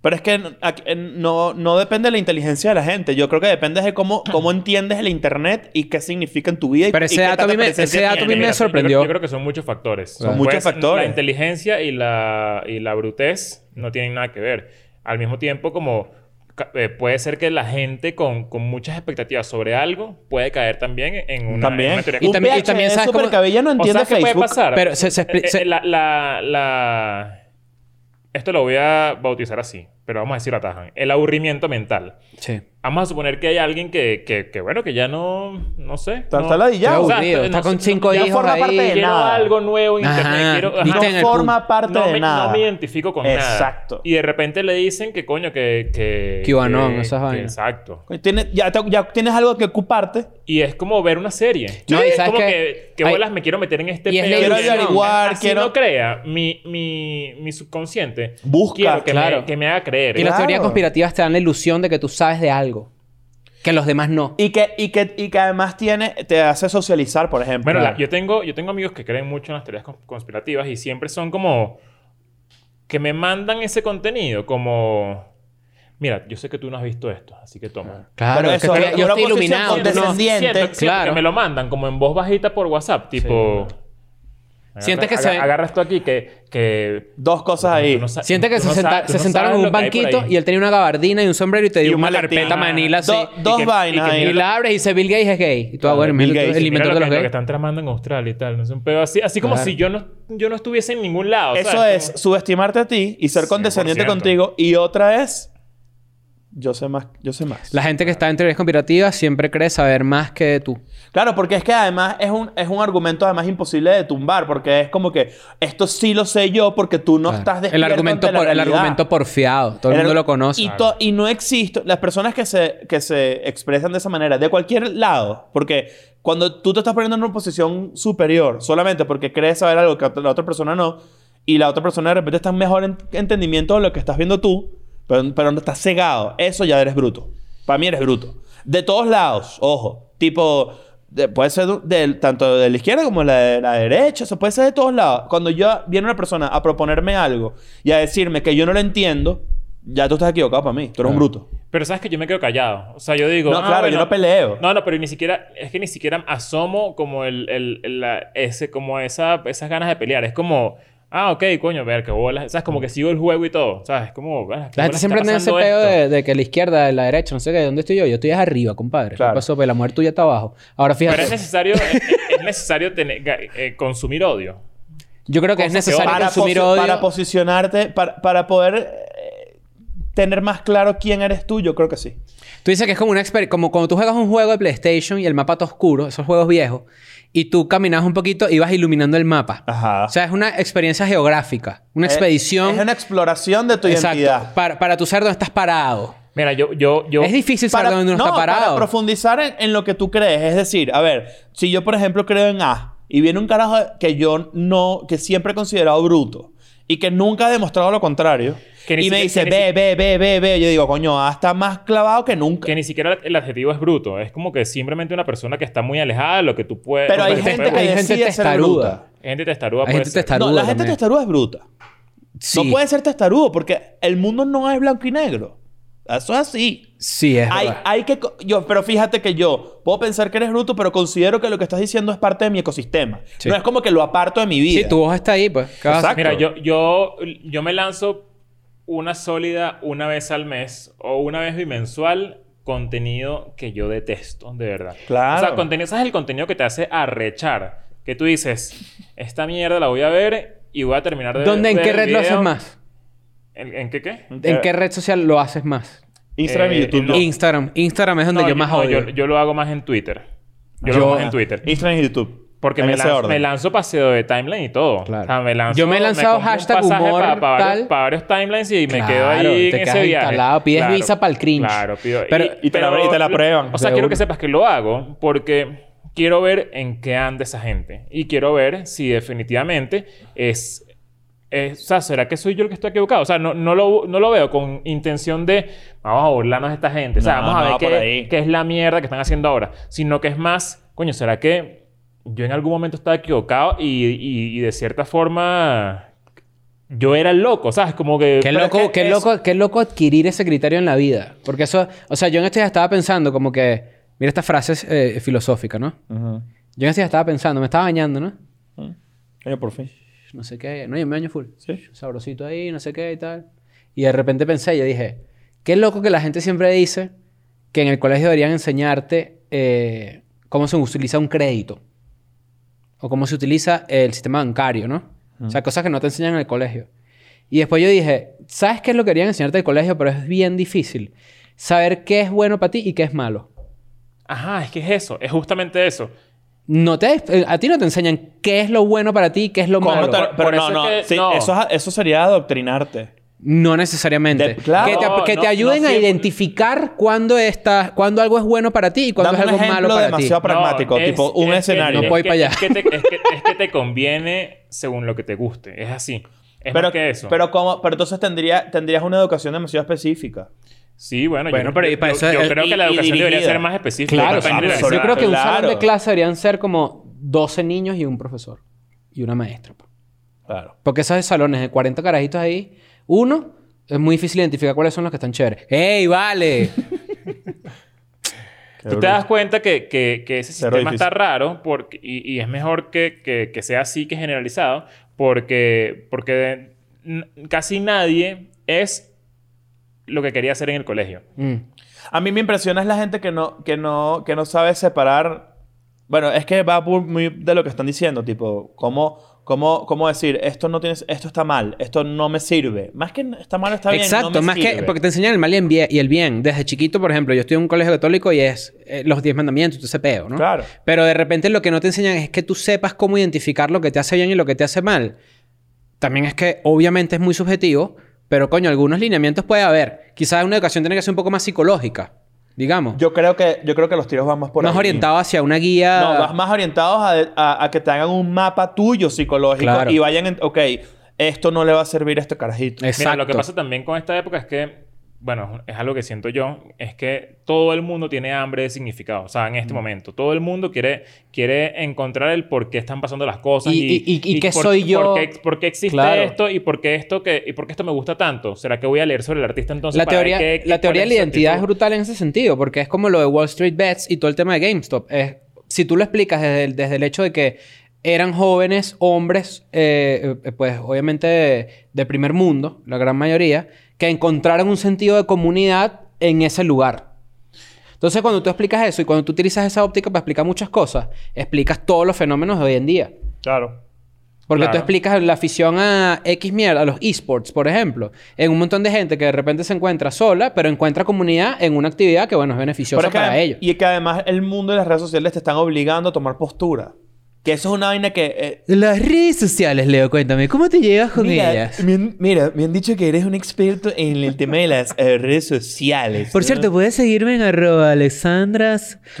C: Pero es que n- aquí- eh, no, no depende de la inteligencia de la gente. Yo creo que depende de cómo, cómo entiendes el Internet y qué significa en tu vida. y-
D: Pero
C: y
D: ese
C: qué
D: dato a
C: tanta
D: mí me-
C: presencia
D: ese dato a mí
C: tienes.
D: me
B: Mira, yo creo-
D: sorprendió.
B: Yo creo que son muchos factores. Pues,
C: Son muchos factores.
B: La inteligencia y la, y la brutez no tienen nada que ver. Al mismo tiempo, como ca- eh, puede ser que la gente con, con muchas expectativas sobre algo puede caer también en una, en
C: También.
B: una teoría.
D: Y
C: Un
D: también- y
C: PhD
D: también sabes cómo-
C: supercabellano
B: O
C: entiende
B: sabes qué puede
C: Facebook.
B: pasar?
D: Pero se- se expli-
B: Eh, eh,
D: se-
B: la, la- la- Esto lo voy a bautizar así, pero vamos a decirlo atajan. El aburrimiento mental.
D: Sí.
B: Vamos a suponer que hay alguien que, que, que bueno, que ya no... No sé.
C: Está-
B: no-
C: está
D: Está
C: ladillado.
B: O sea,
D: aburrido.
B: no
D: está
B: sé,
D: con
B: no-
D: cinco
C: ya
D: hijos
C: forma
D: ahí.
C: parte de
B: quiero
C: nada.
B: algo nuevo en internet.
D: Ajá.
B: Quiero, ajá.
D: Viste
C: No
D: en el
C: forma
D: punto.
C: parte
B: no
C: de
B: me,
C: nada.
B: no me identifico con nada.
C: Exacto.
B: Y de repente le dicen que coño, que. Que
D: QAnon,
B: que-
D: esas
B: que-
D: vainas.
B: Exacto.
C: Tienes- ya, te- ya tienes algo que ocuparte.
B: Y es como ver una serie.
D: No, y
B: es
D: sabes
B: como
D: que-
B: que. Que
D: hay-
B: bolas, me quiero meter en este
D: Y es la
B: pedo.
D: Quiero
B: que-
C: averiguar,
B: así
C: quiero-
B: no crea. Mi, mi, mi subconsciente.
C: Busca,
B: Quiero que,
D: claro.
B: me, que me haga creer.
D: Y las
C: Claro.
D: teorías conspirativas te dan la ilusión de que tú sabes de algo. Que los demás no.
C: Y que, y que, y que además tiene, te hace socializar, por ejemplo.
B: Bueno, la-
D: Claro.
B: yo, tengo, yo tengo amigos que creen mucho en las teorías cons- conspirativas y siempre son como que me mandan ese contenido, como mira, yo sé que tú no has visto esto, así que toma.
D: Claro,
C: Pero
D: es que
C: eso,
D: estoy-
C: una
D: yo estoy
C: posición
D: iluminado. tú Ah, no.
C: condescendiente.
B: Siento, siento
D: Claro.
B: que me lo mandan como en voz bajita por WhatsApp, tipo... agarra-
D: Sientes que
B: aga-
D: se-
B: Agarras tú aquí que... que
C: Dos cosas ahí.
B: tú no sa-
D: Siente que
B: tú
D: se,
B: no
D: senta-
B: sabes- tú
D: se
B: no
D: sentaron
B: sabes
D: en un
B: lo que hay por
D: banquito
B: ahí. Ah.
D: y él tenía una gabardina y un sombrero y te dio
C: un
D: una
C: maletín.
D: carpeta manila así.
C: Do- dos
B: Y que-
C: vainas
B: y que
C: ahí.
D: Y la abres y dice Bill Gates es gay. Y tú, ah, bueno,
C: Bill
D: el-
C: Gates.
D: el
C: Y
B: Mira
D: inventor
B: lo
D: de
B: que,
D: los
B: lo que
D: gays.
B: están tramando en Australia y tal. No sé, un pedo así. Así como
D: Claro.
B: si yo no, yo no estuviese en ningún lado.
C: Eso
B: ¿sabes?
C: es subestimarte a ti y ser condescendiente
B: 100%.
C: contigo. Y otra es... Yo sé más. Yo sé más.
D: La gente que está en teorías conspirativas siempre cree saber más que tú.
C: Claro, porque es que además es un, es un argumento además imposible de tumbar. Porque es como que... Esto sí lo sé yo porque tú no
D: Claro.
C: estás despierto
D: el argumento
C: ante la
D: por, el
C: realidad.
D: argumento porfiado. Todo el, mundo lo conoce.
C: Y, to- y no existe... Las personas que se, que se expresan de esa manera, de cualquier lado, porque cuando tú te estás poniendo en una posición superior solamente porque crees saber algo que la otra persona no, y la otra persona de repente está en mejor en- entendimiento de lo que estás viendo tú, pero, pero no estás cegado. Eso ya eres bruto. Para mí eres bruto. De todos lados, ojo. Tipo... de- puede ser de- de- tanto de la izquierda como de la, de la derecha. Eso puede ser de todos lados. Cuando yo viene una persona a proponerme algo y a decirme que yo no lo entiendo, ya tú estás equivocado para mí. Tú eres un
D: Claro.
C: bruto.
B: Pero sabes que yo me quedo callado. O sea, yo digo.
C: No,
B: "Ah,
C: claro,
B: bueno".
C: yo no peleo.
B: No, no, pero ni siquiera. Es que ni siquiera asomo como el. el- el- la- ese, como esa, esas ganas de pelear. Es como. Ah, ok, coño, ver qué bolas. ¿Sabes? Como que sigo el juego y todo. ¿Sabes? Como. "Ah, qué
D: La gente
B: bolas
D: siempre
B: está
D: tiene ese
B: pasando
D: pedo
B: esto".
D: de, de que la izquierda, la derecha, no sé qué, ¿dónde estoy yo? Yo estoy arriba, compadre. ¿Qué
C: Claro.
D: pasó? Pues la mujer tuya está abajo. Ahora fíjate.
B: Pero es necesario. es, es necesario tener, ga- eh, consumir odio.
D: yo creo que es
B: cosa que
D: necesario
C: Para,
D: consumir
C: posi-
D: odio.
C: para posicionarte, para, para poder eh, tener más claro quién eres tú, yo creo que sí.
D: Tú dices que es como una experiencia, como cuando tú juegas un juego de PlayStation y el mapa está oscuro, esos juegos viejos, y tú caminas un poquito y vas iluminando el mapa.
C: Ajá. Eh,
D: O sea, es una experiencia geográfica, una expedición.
C: Es, una exploración de tu
D: Exacto.
C: identidad.
D: Para, para tu ser dónde estás parado.
B: Mira, yo. yo, yo
D: es difícil saber
C: Para,
D: dónde uno
C: no,
D: está
C: para
D: parado.
C: profundizar en, en lo que tú crees. Es decir, a ver, si yo, por ejemplo, creo en A y viene un carajo que yo no, que siempre he considerado bruto y que nunca ha demostrado lo contrario
B: Que ni
C: y me
B: siquiera-
C: dice,
B: que ni
C: ve, ve, ve, ve, ve, yo digo, coño, A está más clavado que nunca.
B: Que ni siquiera el adjetivo es bruto. Es como que simplemente una persona que está muy alejada de lo que tú puedes.
C: Pero hay
B: puedes-
C: gente que
B: puedes-
D: hay gente
C: decide ser
D: testaruda.
C: bruta.
B: gente testaruda.
D: Hay
B: puede
D: gente
B: ser.
D: testaruda.
C: No, la
D: Taruda
C: gente
D: también.
C: testaruda es bruta.
D: Sí.
C: No puede ser testarudo porque el mundo no es blanco y negro. Eso es así.
D: Sí, es
C: Hay,
D: verdad.
C: hay que... co- Yo, pero fíjate que yo puedo pensar que eres bruto, pero considero que lo que estás diciendo es parte de mi ecosistema.
D: Sí.
C: No es como que lo aparto de mi vida.
D: Sí, tu voz está ahí, pues. ¿Qué vas a hacer?
C: Exacto.
B: Mira, yo, yo, yo me lanzo una sólida una vez al mes o una vez bimensual contenido que yo detesto, de verdad.
C: Claro.
B: O sea, contenido, ¿sabes el contenido que te hace arrechar? Que tú dices, esta mierda la voy a ver y voy a terminar de
D: ¿Dónde, en
B: ver
D: qué
B: el
D: red lo haces
B: video".
D: más?
B: ¿En, en qué qué?
D: ¿En qué red social lo haces más?
C: Instagram y
B: Eh,
C: YouTube.
B: no.
C: no.
D: Instagram. Instagram es donde
B: No,
D: yo más
B: no,
D: odio.
B: Yo, yo lo hago más en Twitter. Yo,
D: Yo-
B: lo hago más en Twitter.
C: Instagram y YouTube.
B: Porque
C: En
B: me
C: ese
B: lanzo,
C: orden.
B: me lanzo paseo de timeline y todo.
D: Claro.
B: O sea, me lanzo,
D: Yo me he lanzado
B: compro un
D: hashtag
B: pasaje
D: humor,
B: pa- pa varios-
D: tal.
B: pa varios timelines y me
D: Claro,
B: quedo ahí
D: te
B: en
D: quedas
B: ese viaje.
D: instalado, pides visa pa'l cringe.
B: Claro, pido.
D: Pero-
C: Y te la- y te la prueban.
B: O sea,
D: De
B: quiero
D: una.
B: que sepas que lo hago porque quiero ver en qué anda esa gente. Y quiero ver si definitivamente es... es- o sea, ¿será que soy yo el que estoy equivocado? O sea, no, no, lo, no lo veo con intención de vamos a burlarnos de esta gente. O sea,
C: No,
B: vamos a
C: no,
B: ver
C: por
B: qué-
C: ahí.
B: qué es la mierda que están haciendo ahora, sino que es más, coño, ¿será que yo en algún momento estaba equivocado y, y- y de cierta forma yo era el loco, ¿sabes? Como que...
D: Qué
B: pero
D: loco,
B: es que
D: qué
B: es-
D: loco, qué loco adquirir ese criterio en la vida. Porque eso, o sea, yo en este día estaba pensando como que, mira esta frase es, eh, filosófica, ¿no?
C: Ujú.
D: Yo en este día estaba pensando, me estaba bañando, ¿no?
C: Coño, Ah, por fin.
D: No sé qué, no, yo me baño full.
C: Sí.
D: Sabrosito ahí, no sé qué y tal. Y de repente pensé, yo dije, qué loco que la gente siempre dice que en el colegio deberían enseñarte eh, cómo se utiliza un crédito. O cómo se utiliza el sistema bancario, ¿no? O sea, cosas que no te enseñan en el colegio. Y después yo dije, ¿sabes qué es lo que querían enseñarte del colegio? Pero es bien difícil. Saber qué es bueno para ti y qué es malo.
B: Ajá, es que es eso, es justamente eso.
D: No te, eh, a ti no te enseñan qué es lo bueno para ti y qué es lo
C: ¿Cómo
D: malo.
C: te-
B: por-
C: pero
B: por
C: no,
B: eso
C: no,
B: es que-
C: sí,
B: no.
C: Eso, es- eso sería adoctrinarte.
D: No necesariamente.
C: De- claro.
D: que te,
B: No,
D: que te
B: no,
D: ayuden
B: no
D: a
B: siempre.
D: identificar cuándo, estás, cuándo algo es bueno para ti y cuándo
C: Dame
D: es
C: un
D: algo malo
C: ejemplo
D: para
C: demasiado
D: ti.
C: pragmático.
B: No,
C: tipo,
B: es-
C: un
B: es que-
C: escenario.
D: No puedo ir
B: que-
D: para allá.
B: Es que, te, es, que, es que te conviene según lo que te guste, es así. Es
C: pero,
B: más que eso.
C: Pero, ¿cómo? pero entonces tendría, tendrías una educación demasiado específica.
B: sí, bueno,
D: Bueno,
B: yo,
D: pero y
B: yo-
D: para
B: yo-
D: eso
B: yo
D: es-
B: creo
C: y-
B: que la
C: y
B: educación debería
C: dirigida.
B: ser más específica.
D: Claro,
B: para
C: Claro,
B: generalizar.
C: absolutamente.
D: yo creo que un
C: Claro.
D: salón de clase deberían ser como 12 niños y un profesor y una maestra. pues. pa.
C: Claro.
D: Porque esos salones de 40 carajitos ahí, uno Es muy difícil identificar cuáles son los que están chéveres. ¡Ey, vale!
B: Tú te das cuenta que, que- que ese
C: Cero
B: sistema
C: difícil.
B: está raro porque, y, y es mejor que, que- que sea así que generalizado porque, porque n- casi nadie es lo que quería hacer en el colegio.
D: Mm.
C: A mí me impresiona es la gente que no, que no, que no sabe separar. Bueno, es que va por muy de lo que están diciendo, tipo, cómo, cómo, cómo decir esto no tienes, esto está mal, esto no me sirve. Más que está mal, está bien.
D: Exacto,
C: no me
D: más que
C: sirve.
D: porque te enseñan el mal y el bien- y el bien. Desde chiquito, por ejemplo, yo estoy en un colegio católico y es eh, los diez mandamientos, tú ese peo, ¿no?
C: Claro.
D: Pero de repente lo que no te enseñan es que tú sepas cómo identificar lo que te hace bien y lo que te hace mal. También es que obviamente es muy subjetivo, pero coño, algunos lineamientos puede haber. Quizás una educación tiene que ser un poco más psicológica, digamos.
C: Yo creo que, yo creo que los tiros van más por
D: más
C: ahí.
D: orientado hacia una guía.
C: No, vas más orientados a, a- a que te hagan un mapa tuyo psicológico
D: Claro.
C: y vayan en, ok, esto no le va a servir a este carajito.
D: Exacto.
B: Mira, lo que pasa también con esta época es que, bueno, es algo que siento yo, es que todo el mundo tiene hambre de significado. O sea, en
D: Mm.
B: este momento, todo el mundo quiere, quiere encontrar el por qué están pasando las cosas.
D: Y-
B: Y,
D: y- y- y qué
B: por-
D: soy yo.
B: Por qué, por qué existe
D: Claro.
B: esto y por qué esto, que, y por qué esto me gusta tanto. ¿Será que voy a leer sobre el artista entonces?
D: La
B: para ver
D: teoría,
B: qué- qué-
D: la teoría de
B: cuál
D: la
B: es su
D: identidad es
B: actitud?
D: brutal en ese sentido, porque es como lo de Wall Street Bets y todo el tema de GameStop. Es, si tú lo explicas desde el, desde el hecho de que eran jóvenes, hombres, eh, eh, pues obviamente de, de primer mundo, la gran mayoría, que encontraron un sentido de comunidad en ese lugar. Entonces, cuando tú explicas eso y cuando tú utilizas esa óptica para explicar muchas cosas, explicas todos los fenómenos de hoy en día.
C: Claro.
D: Porque tú
B: Claro.
D: explicas la afición a X mierda, a los esports, por ejemplo, en un montón de gente que de repente se encuentra sola, pero encuentra comunidad en una actividad que, bueno, es beneficiosa
C: Pero es que
D: para
C: adem-
D: ellos.
C: Y que además el mundo y las redes sociales te están obligando a tomar postura. Que eso es una vaina que... eh,
D: Las redes sociales, Leo, cuéntame, ¿cómo te llevas con
C: mira,
D: ellas?
C: me han, mira, me han dicho que eres un experto en el tema de las eh, redes sociales.
D: Por
C: ¿no?
D: cierto, puedes seguirme en arroba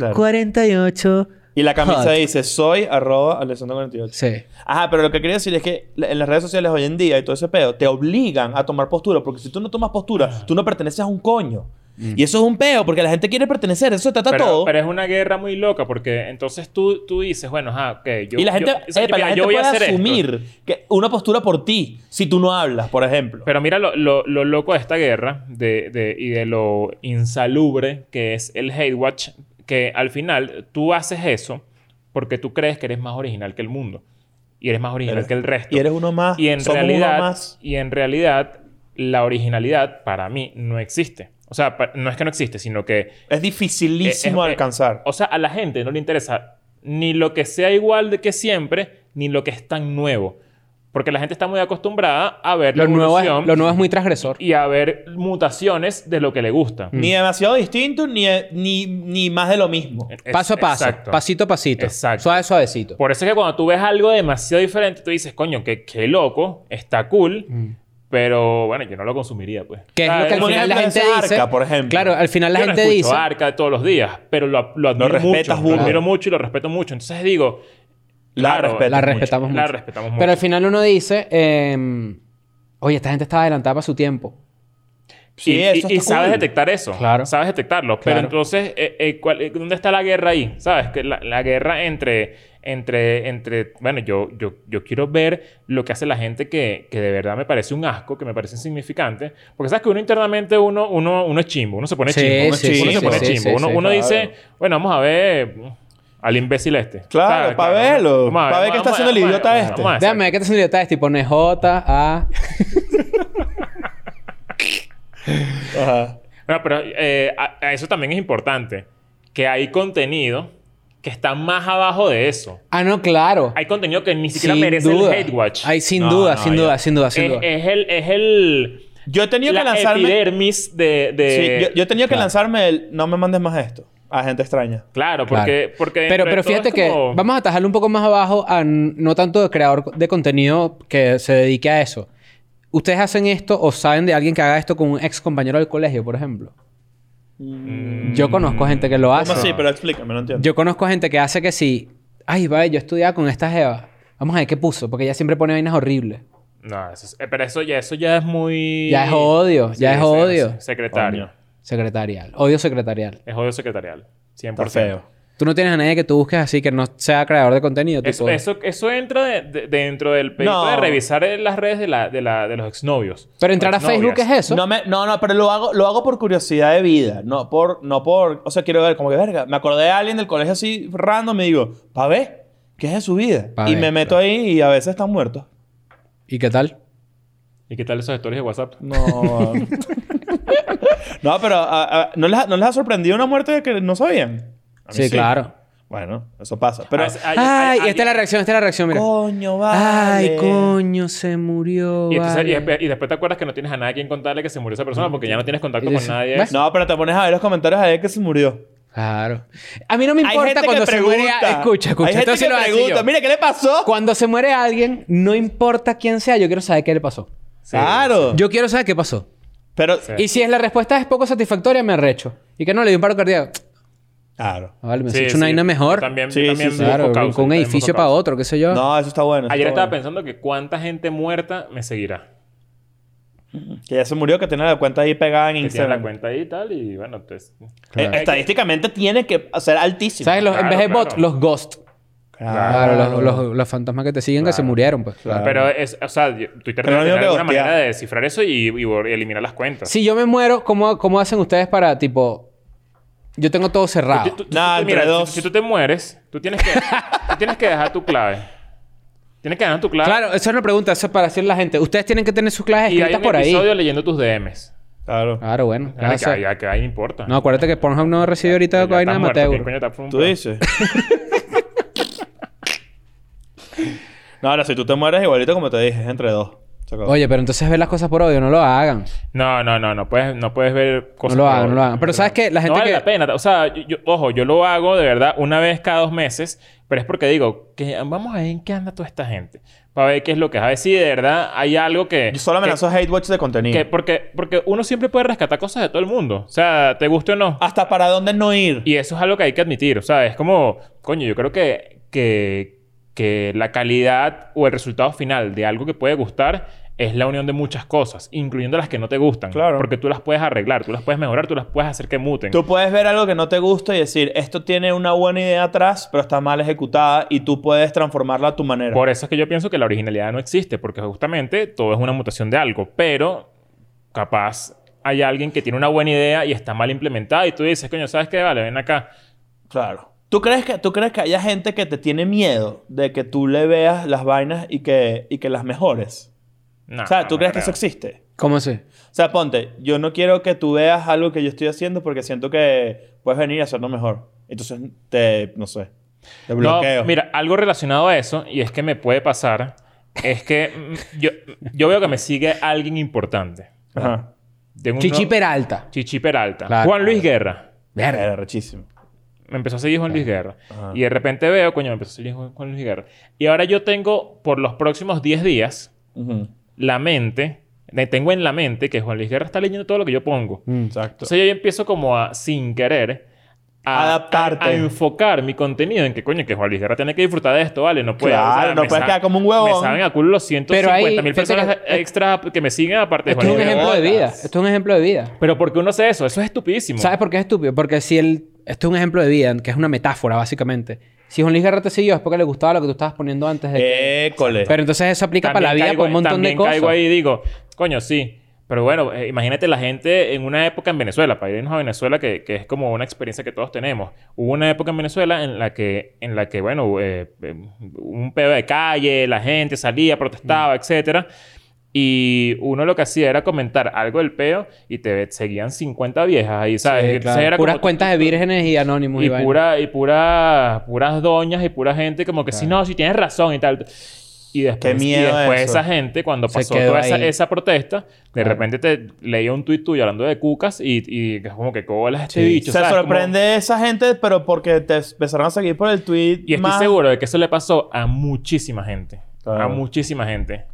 D: alexandras48.
C: Y la camisa
D: Hot.
C: dice, soy arroba Alessandro 48.
D: Sí.
C: Ajá, pero lo que quería decir es que la- en las redes sociales hoy en día y todo ese pedo te obligan a tomar postura, porque si tú no tomas
D: Ah.
C: postura, tú no perteneces a un coño.
D: Mm.
C: Y eso es un peo, porque la gente quiere pertenecer, eso se trata
B: Pero,
C: todo.
B: pero es una guerra muy loca porque entonces tú, tú dices, bueno, ah, ok, yo,
C: y la gente,
B: yo- o sea,
C: epa,
B: mira,
C: la gente
B: yo voy a
C: puede
B: hacer esto.
C: asumir que una postura por ti si tú no hablas, por ejemplo.
B: Pero mira lo, lo- lo loco de esta guerra de, de- y de lo insalubre que es el hate watch, que al final tú haces eso porque tú crees que eres más original que el mundo y eres más original
C: Eres-
B: que el resto.
C: y eres uno más.
B: Y en
C: somos
B: realidad,
C: uno más.
B: y en realidad la originalidad para mí no existe. O sea, pa- no es que no existe, sino que
C: Es dificilísimo
B: eh, eh,
C: alcanzar.
B: o sea, a la gente no le interesa ni lo que sea igual de que siempre, ni lo que es tan nuevo. Porque la gente está muy acostumbrada a ver
D: Lo
B: la
D: nuevo, es,
B: evolución
D: lo nuevo es muy transgresor.
B: y a ver mutaciones de lo que le gusta.
C: ni demasiado distinto, ni, ni, ni más de lo mismo.
B: Es-
D: paso a paso,
B: exacto.
D: pasito a pasito,
B: Exacto.
D: suave suavecito.
B: Por eso es que cuando tú ves algo demasiado diferente, tú dices, coño, qué, qué loco, está cool,
C: Mm.
B: pero bueno, yo no lo consumiría, pues.
D: Que es lo
B: ¿Sabes?
D: que al
C: Como
D: final la
C: ejemplo
D: gente
C: de esa
D: dice.
C: arca, por ejemplo.
D: Claro, al final la
B: Yo no
D: gente
B: escucho
D: dice.
B: Arca todos los días, pero lo, lo admiro
C: respetas
B: mucho.
C: burda.
B: Lo admiro mucho y lo respeto mucho. Entonces digo,
C: La
B: claro,
C: respetas
D: La
C: mucho.
D: respetamos mucho.
B: La respetamos mucho.
D: Pero al final uno dice, em, oye, esta gente estaba adelantada para su tiempo.
C: Sí,
B: y,
C: eso
B: y- y
C: está
B: sabes
C: cool.
B: detectar eso.
D: Claro.
B: Sabes detectarlo.
D: Claro.
B: Pero entonces, eh, eh, ¿cuál- eh, ¿dónde está la guerra ahí? ¿Sabes? Que la, la guerra entre, entre, entre... Bueno, yo, yo, yo quiero ver lo que hace la gente que, que de verdad me parece un asco, que me parece insignificante. Porque sabes que uno internamente, uno, uno, uno es chimbo. Uno se pone
D: Sí,
B: chimbo. Uno,
C: sí,
B: uno
C: sí,
B: se pone
C: sí,
B: chimbo.
D: sí,
B: uno
D: sí,
B: uno
C: claro.
B: dice, bueno, vamos a ver al imbécil este.
C: Claro,
B: ¿Sabes?
C: pa' verlo.
B: Vamos a
C: Pa' ver qué está
B: vamos a-
C: haciendo el
B: vamos a-
C: idiota
B: vamos a-
C: este.
B: vamos a-
D: Déjame ver qué te sonido está. Es tipo NJ, A.
C: Ajá.
B: Bueno, pero eh, a, a eso también es importante. Que hay contenido que está más abajo de eso.
D: Ah, no, claro.
B: Hay contenido que ni siquiera merece el hate watch. Eh,
D: Ay, sin
C: No,
D: duda,
C: no,
D: sin
C: ya.
D: duda, sin duda, sin
B: es,
D: duda.
B: es el... Es el
C: Yo he tenido
B: la
C: que lanzarme...
B: epidermis de... de-
C: Sí, yo, yo he tenido que
D: Claro.
C: lanzarme el... No me mandes más esto. A gente extraña.
B: Claro,
D: Claro.
B: porque... porque dentro
D: pero, pero
B: de todo
D: fíjate
B: es
D: que
B: como-
D: vamos a atajarlo un poco más abajo a n- no tanto de creador de contenido que se dedique a eso. ¿Ustedes hacen esto o saben de alguien que haga esto con un ex compañero del colegio, por ejemplo? Yo conozco gente que lo hace.
C: Mm. ¿Cómo así? Pero explícame, no entiendo.
D: Yo conozco gente que hace que sí. Ay, va, yo estudiaba con esta jeva. Vamos a ver qué puso, porque ella siempre pone vainas horribles.
B: No, eso es- eh, pero eso ya, eso ya es muy...
D: Ya es odio, ya es
B: ese-
D: odio.
B: ese- Secretario.
C: Coño.
D: Secretarial. Odio secretarial.
B: Es odio secretarial. 100%.
C: Está feo.
D: Tú no tienes a nadie que tú busques así que no sea creador de contenido.
B: Eso,
D: tipo-
B: eso, eso entra de- de- dentro del pedido
C: No.
B: de revisar eh, las redes de, la, de, la, de los exnovios.
D: Pero entrar a Facebook es eso.
C: No, me- no, no, pero lo hago, lo hago por curiosidad de vida. No por, no por... O sea, quiero ver como que, verga, me acordé de alguien del colegio así random y digo, pa' ver, ¿qué es de su vida?
D: Pa'
C: y
D: ver,
C: me meto ahí y a veces están muertos.
D: ¿Y qué tal?
B: ¿Y qué tal esos stories de WhatsApp?
C: No... no, pero a- a- ¿no, les, ha- ¿no les ha sorprendido una muerte que no sabían? A mí
D: Sí, claro.
C: Bueno, eso pasa. Pero...
B: Ah, es-
D: Ay,
B: ay, ay, ay,
D: esta es la reacción, esta es la reacción, mira.
C: Coño, vale.
D: Ay, coño, se murió.
B: Y, entonces- y
D: vale.
B: despe- y después te acuerdas que no tienes a nadie a quien contarle que se murió esa persona porque ya no tienes contacto
D: Y
B: con
D: dices,
B: nadie.
D: ¿ves?
C: No, pero te pones a ver los comentarios a ver que se murió.
D: Claro. A mí no me
C: Hay gente
D: importa
C: que
D: cuando se
C: pregunta.
D: muere. a- Escucha, escucha.
C: Hay gente
D: esto sí
C: que
D: lo voy a decir
C: pregunta.
D: yo.
C: Mira, ¿qué le pasó?
D: Cuando se muere alguien, no importa quién sea, yo quiero saber qué le pasó.
B: Sí.
C: Claro.
D: Yo quiero saber qué pasó.
C: Pero...
D: Y si es la respuesta es poco satisfactoria, me arrecho. Y que no le dio un paro cardíaco.
C: Claro.
D: Ah, Vale, me has
B: Sí,
D: hecho una
B: sí.
D: vaina mejor.
B: Yo También, yo
C: Sí, sí,
B: también
C: sí.
B: busco
D: claro,
B: causa, yo
D: con un
B: también
D: edificio
B: busco
D: para
B: causa.
D: otro, qué sé yo.
C: No, eso está bueno. eso
B: Ayer
C: está
B: estaba
C: bueno.
B: pensando que cuánta gente muerta me seguirá.
C: Que ya se murió, que tiene la cuenta ahí pegada en
B: Que tiene la
C: Instagram.
B: cuenta ahí y tal y bueno, pues...
C: Eh,
D: Claro.
C: estadísticamente tiene que ser altísimo.
D: ¿Sabes? Los- en
B: Claro,
D: vez de
B: claro.
D: bot, los ghost. Claro, los, los- los fantasmas que te siguen que se murieron, pues.
C: Claro.
B: Pero es, o sea, yo- Twitter
C: Pero lo
B: tiene
C: único que
B: alguna
C: hostia.
B: manera de descifrar eso y, y bor- y eliminar las cuentas.
D: Si yo me muero, ¿cómo, cómo hacen ustedes para, tipo... Yo tengo todo cerrado.
B: Tú- tú- tú-
C: Nah,
B: tú-
C: entre
B: mira,
C: dos.
B: Si, si tú te mueres, tú tienes que, tú tienes que dejar tu clave. Tienes que dejar tu clave.
D: Claro, esa es una pregunta. Eso es para decirle a la gente. Ustedes tienen que tener sus clases
B: y hay
D: escritas
B: un
D: por ahí.
B: episodio leyendo tus DMs.
C: Claro.
D: Claro, bueno.
B: Claro,
D: Gracias.
B: que, ya, que ahí no importa.
D: No, acuérdate que Pornhub no recibió ahorita
B: Ya
D: vaina de
B: estás muerto, ¿quién coño te
D: Mateo.
B: va a
C: Tú
B: preguntar?
C: dices. no, ahora si tú te mueres igualito como te dije, es entre dos. Se acabó.
D: Oye, pero entonces ver las cosas por odio, no lo hagan.
B: No, no, no, no puedes, no puedes ver cosas.
D: No lo
B: por-
D: hagan, no lo hagan. Pero ¿sabes qué? La gente
B: no vale
D: que-
B: la pena. O sea, yo- yo- ojo, yo lo hago de verdad una vez cada dos meses, pero es porque digo, que vamos a ver en qué anda toda esta gente. Para ver qué es lo que es. A ver si de verdad hay algo que.
C: Yo solo me
B: que-
C: lanzo hate watch de contenido.
B: que- porque, porque uno siempre puede rescatar cosas de todo el mundo. O sea, te guste o no.
C: Hasta para dónde no ir.
B: Y eso es algo que hay que admitir. O sea, es como, coño, yo creo que, que, que la calidad o el resultado final de algo que puede gustar es la unión de muchas cosas, incluyendo las que no te gustan.
C: Claro.
B: Porque tú las puedes arreglar, tú las puedes mejorar, tú las puedes hacer que muten.
C: Tú puedes ver algo que no te gusta y decir, esto tiene una buena idea atrás, pero está mal ejecutada y tú puedes transformarla a tu manera.
B: Por eso es que yo pienso que la originalidad no existe, porque justamente todo es una mutación de algo, pero capaz hay alguien que tiene una buena idea y está mal implementada y tú dices, coño, ¿sabes qué? Vale, ven acá.
C: Claro. ¿Tú crees, que, ¿Tú crees que haya gente que te tiene miedo de que tú le veas las vainas y que, y que las mejores?
B: No,
C: o sea, ¿tú
B: Ah, no
C: crees que
B: creo.
C: eso existe?
D: ¿Cómo así?
C: O sea, ponte, yo no quiero que tú veas algo que yo estoy haciendo porque siento que puedes venir a hacerlo mejor. Entonces te, no sé, te
B: No,
C: bloqueo.
B: mira, algo relacionado a eso, y es que me puede pasar, es que mm, yo, yo veo que me sigue alguien importante.
C: Ajá.
B: Tengo uno-
D: Chichi Peralta.
B: Chichi Peralta.
D: Claro.
B: Juan Luis Guerra.
D: Verga.
C: Era rechísimo.
B: Me empezó a seguir Juan Luis Guerra. Y de repente veo, coño, me empezó a seguir Juan Juan Luis Guerra. Y ahora yo tengo, por los próximos 10 días,
C: Ujú.
B: la mente, me tengo en la mente que Juan Luis Guerra está leyendo todo lo que yo pongo.
D: Mm.
C: Exacto.
B: Entonces yo ya empiezo como a, sin querer, a
C: Adaptarte.
B: A, a enfocar mi contenido en que, coño, que Juan Luis Guerra tiene que disfrutar de esto, ¿vale? No puede.
C: Claro, no
B: me
C: puedes
B: sa-
C: quedar como un huevón.
B: Me saben a culo los 150 mil
D: Pero ahí-
B: personas
D: pero-
B: extras que me siguen aparte de
D: Esto es
B: Juan
D: un
B: Luis Guerra.
D: ejemplo de vida.
C: bolas.
D: Esto es un ejemplo de vida.
B: Pero ¿por qué uno hace eso? Eso es estupidísimo.
D: ¿Sabes por qué es estúpido? Porque si él... Esto es un ejemplo de vida, que es una metáfora, básicamente. Si Juan Luis Guerra te siguió es porque le gustaba lo que tú estabas poniendo antes de... que-
C: École.
D: Pero entonces eso aplica para la vida
B: caigo
D: con un
B: ahí-
D: montón de
B: Eh, también
D: cosas.
B: caigo ahí y digo, coño, sí. Pero bueno, eh, imagínate la gente en una época en Venezuela, para irnos a Venezuela, que, que es como una experiencia que todos tenemos. Hubo una época en Venezuela en la que, en la que bueno, eh, eh, un pedo de calle, la gente salía,
D: Mm.
B: protestaba, etcétera. Y uno lo que hacía era comentar algo del peo y te seguían 50 viejas ahí, ¿sabes?
D: Sí,
B: Entonces
D: claro.
B: era como
D: Puras
B: tú-
D: cuentas de vírgenes y anónimos.
B: y
D: vaina.
B: pura, y pura, puras doñas y pura gente como que si no, si tienes razón y tal. Y después,
C: Qué
B: y
C: miedo
B: después
C: eso.
B: esa gente, cuando
D: Se
B: pasó
D: quedó
B: toda esa,
D: ahí.
B: esa protesta, de
D: Claro.
B: repente te leía un tuit tuyo hablando de cucas y, y es como que colas este
D: Sí.
B: bicho.
C: Se
B: ¿sabes? Como-
C: sorprende esa gente, pero porque te empezaron a seguir por el tweet.
B: Y estoy
C: más...
B: seguro de que eso le pasó a muchísima gente.
C: Claro.
B: A muchísima gente.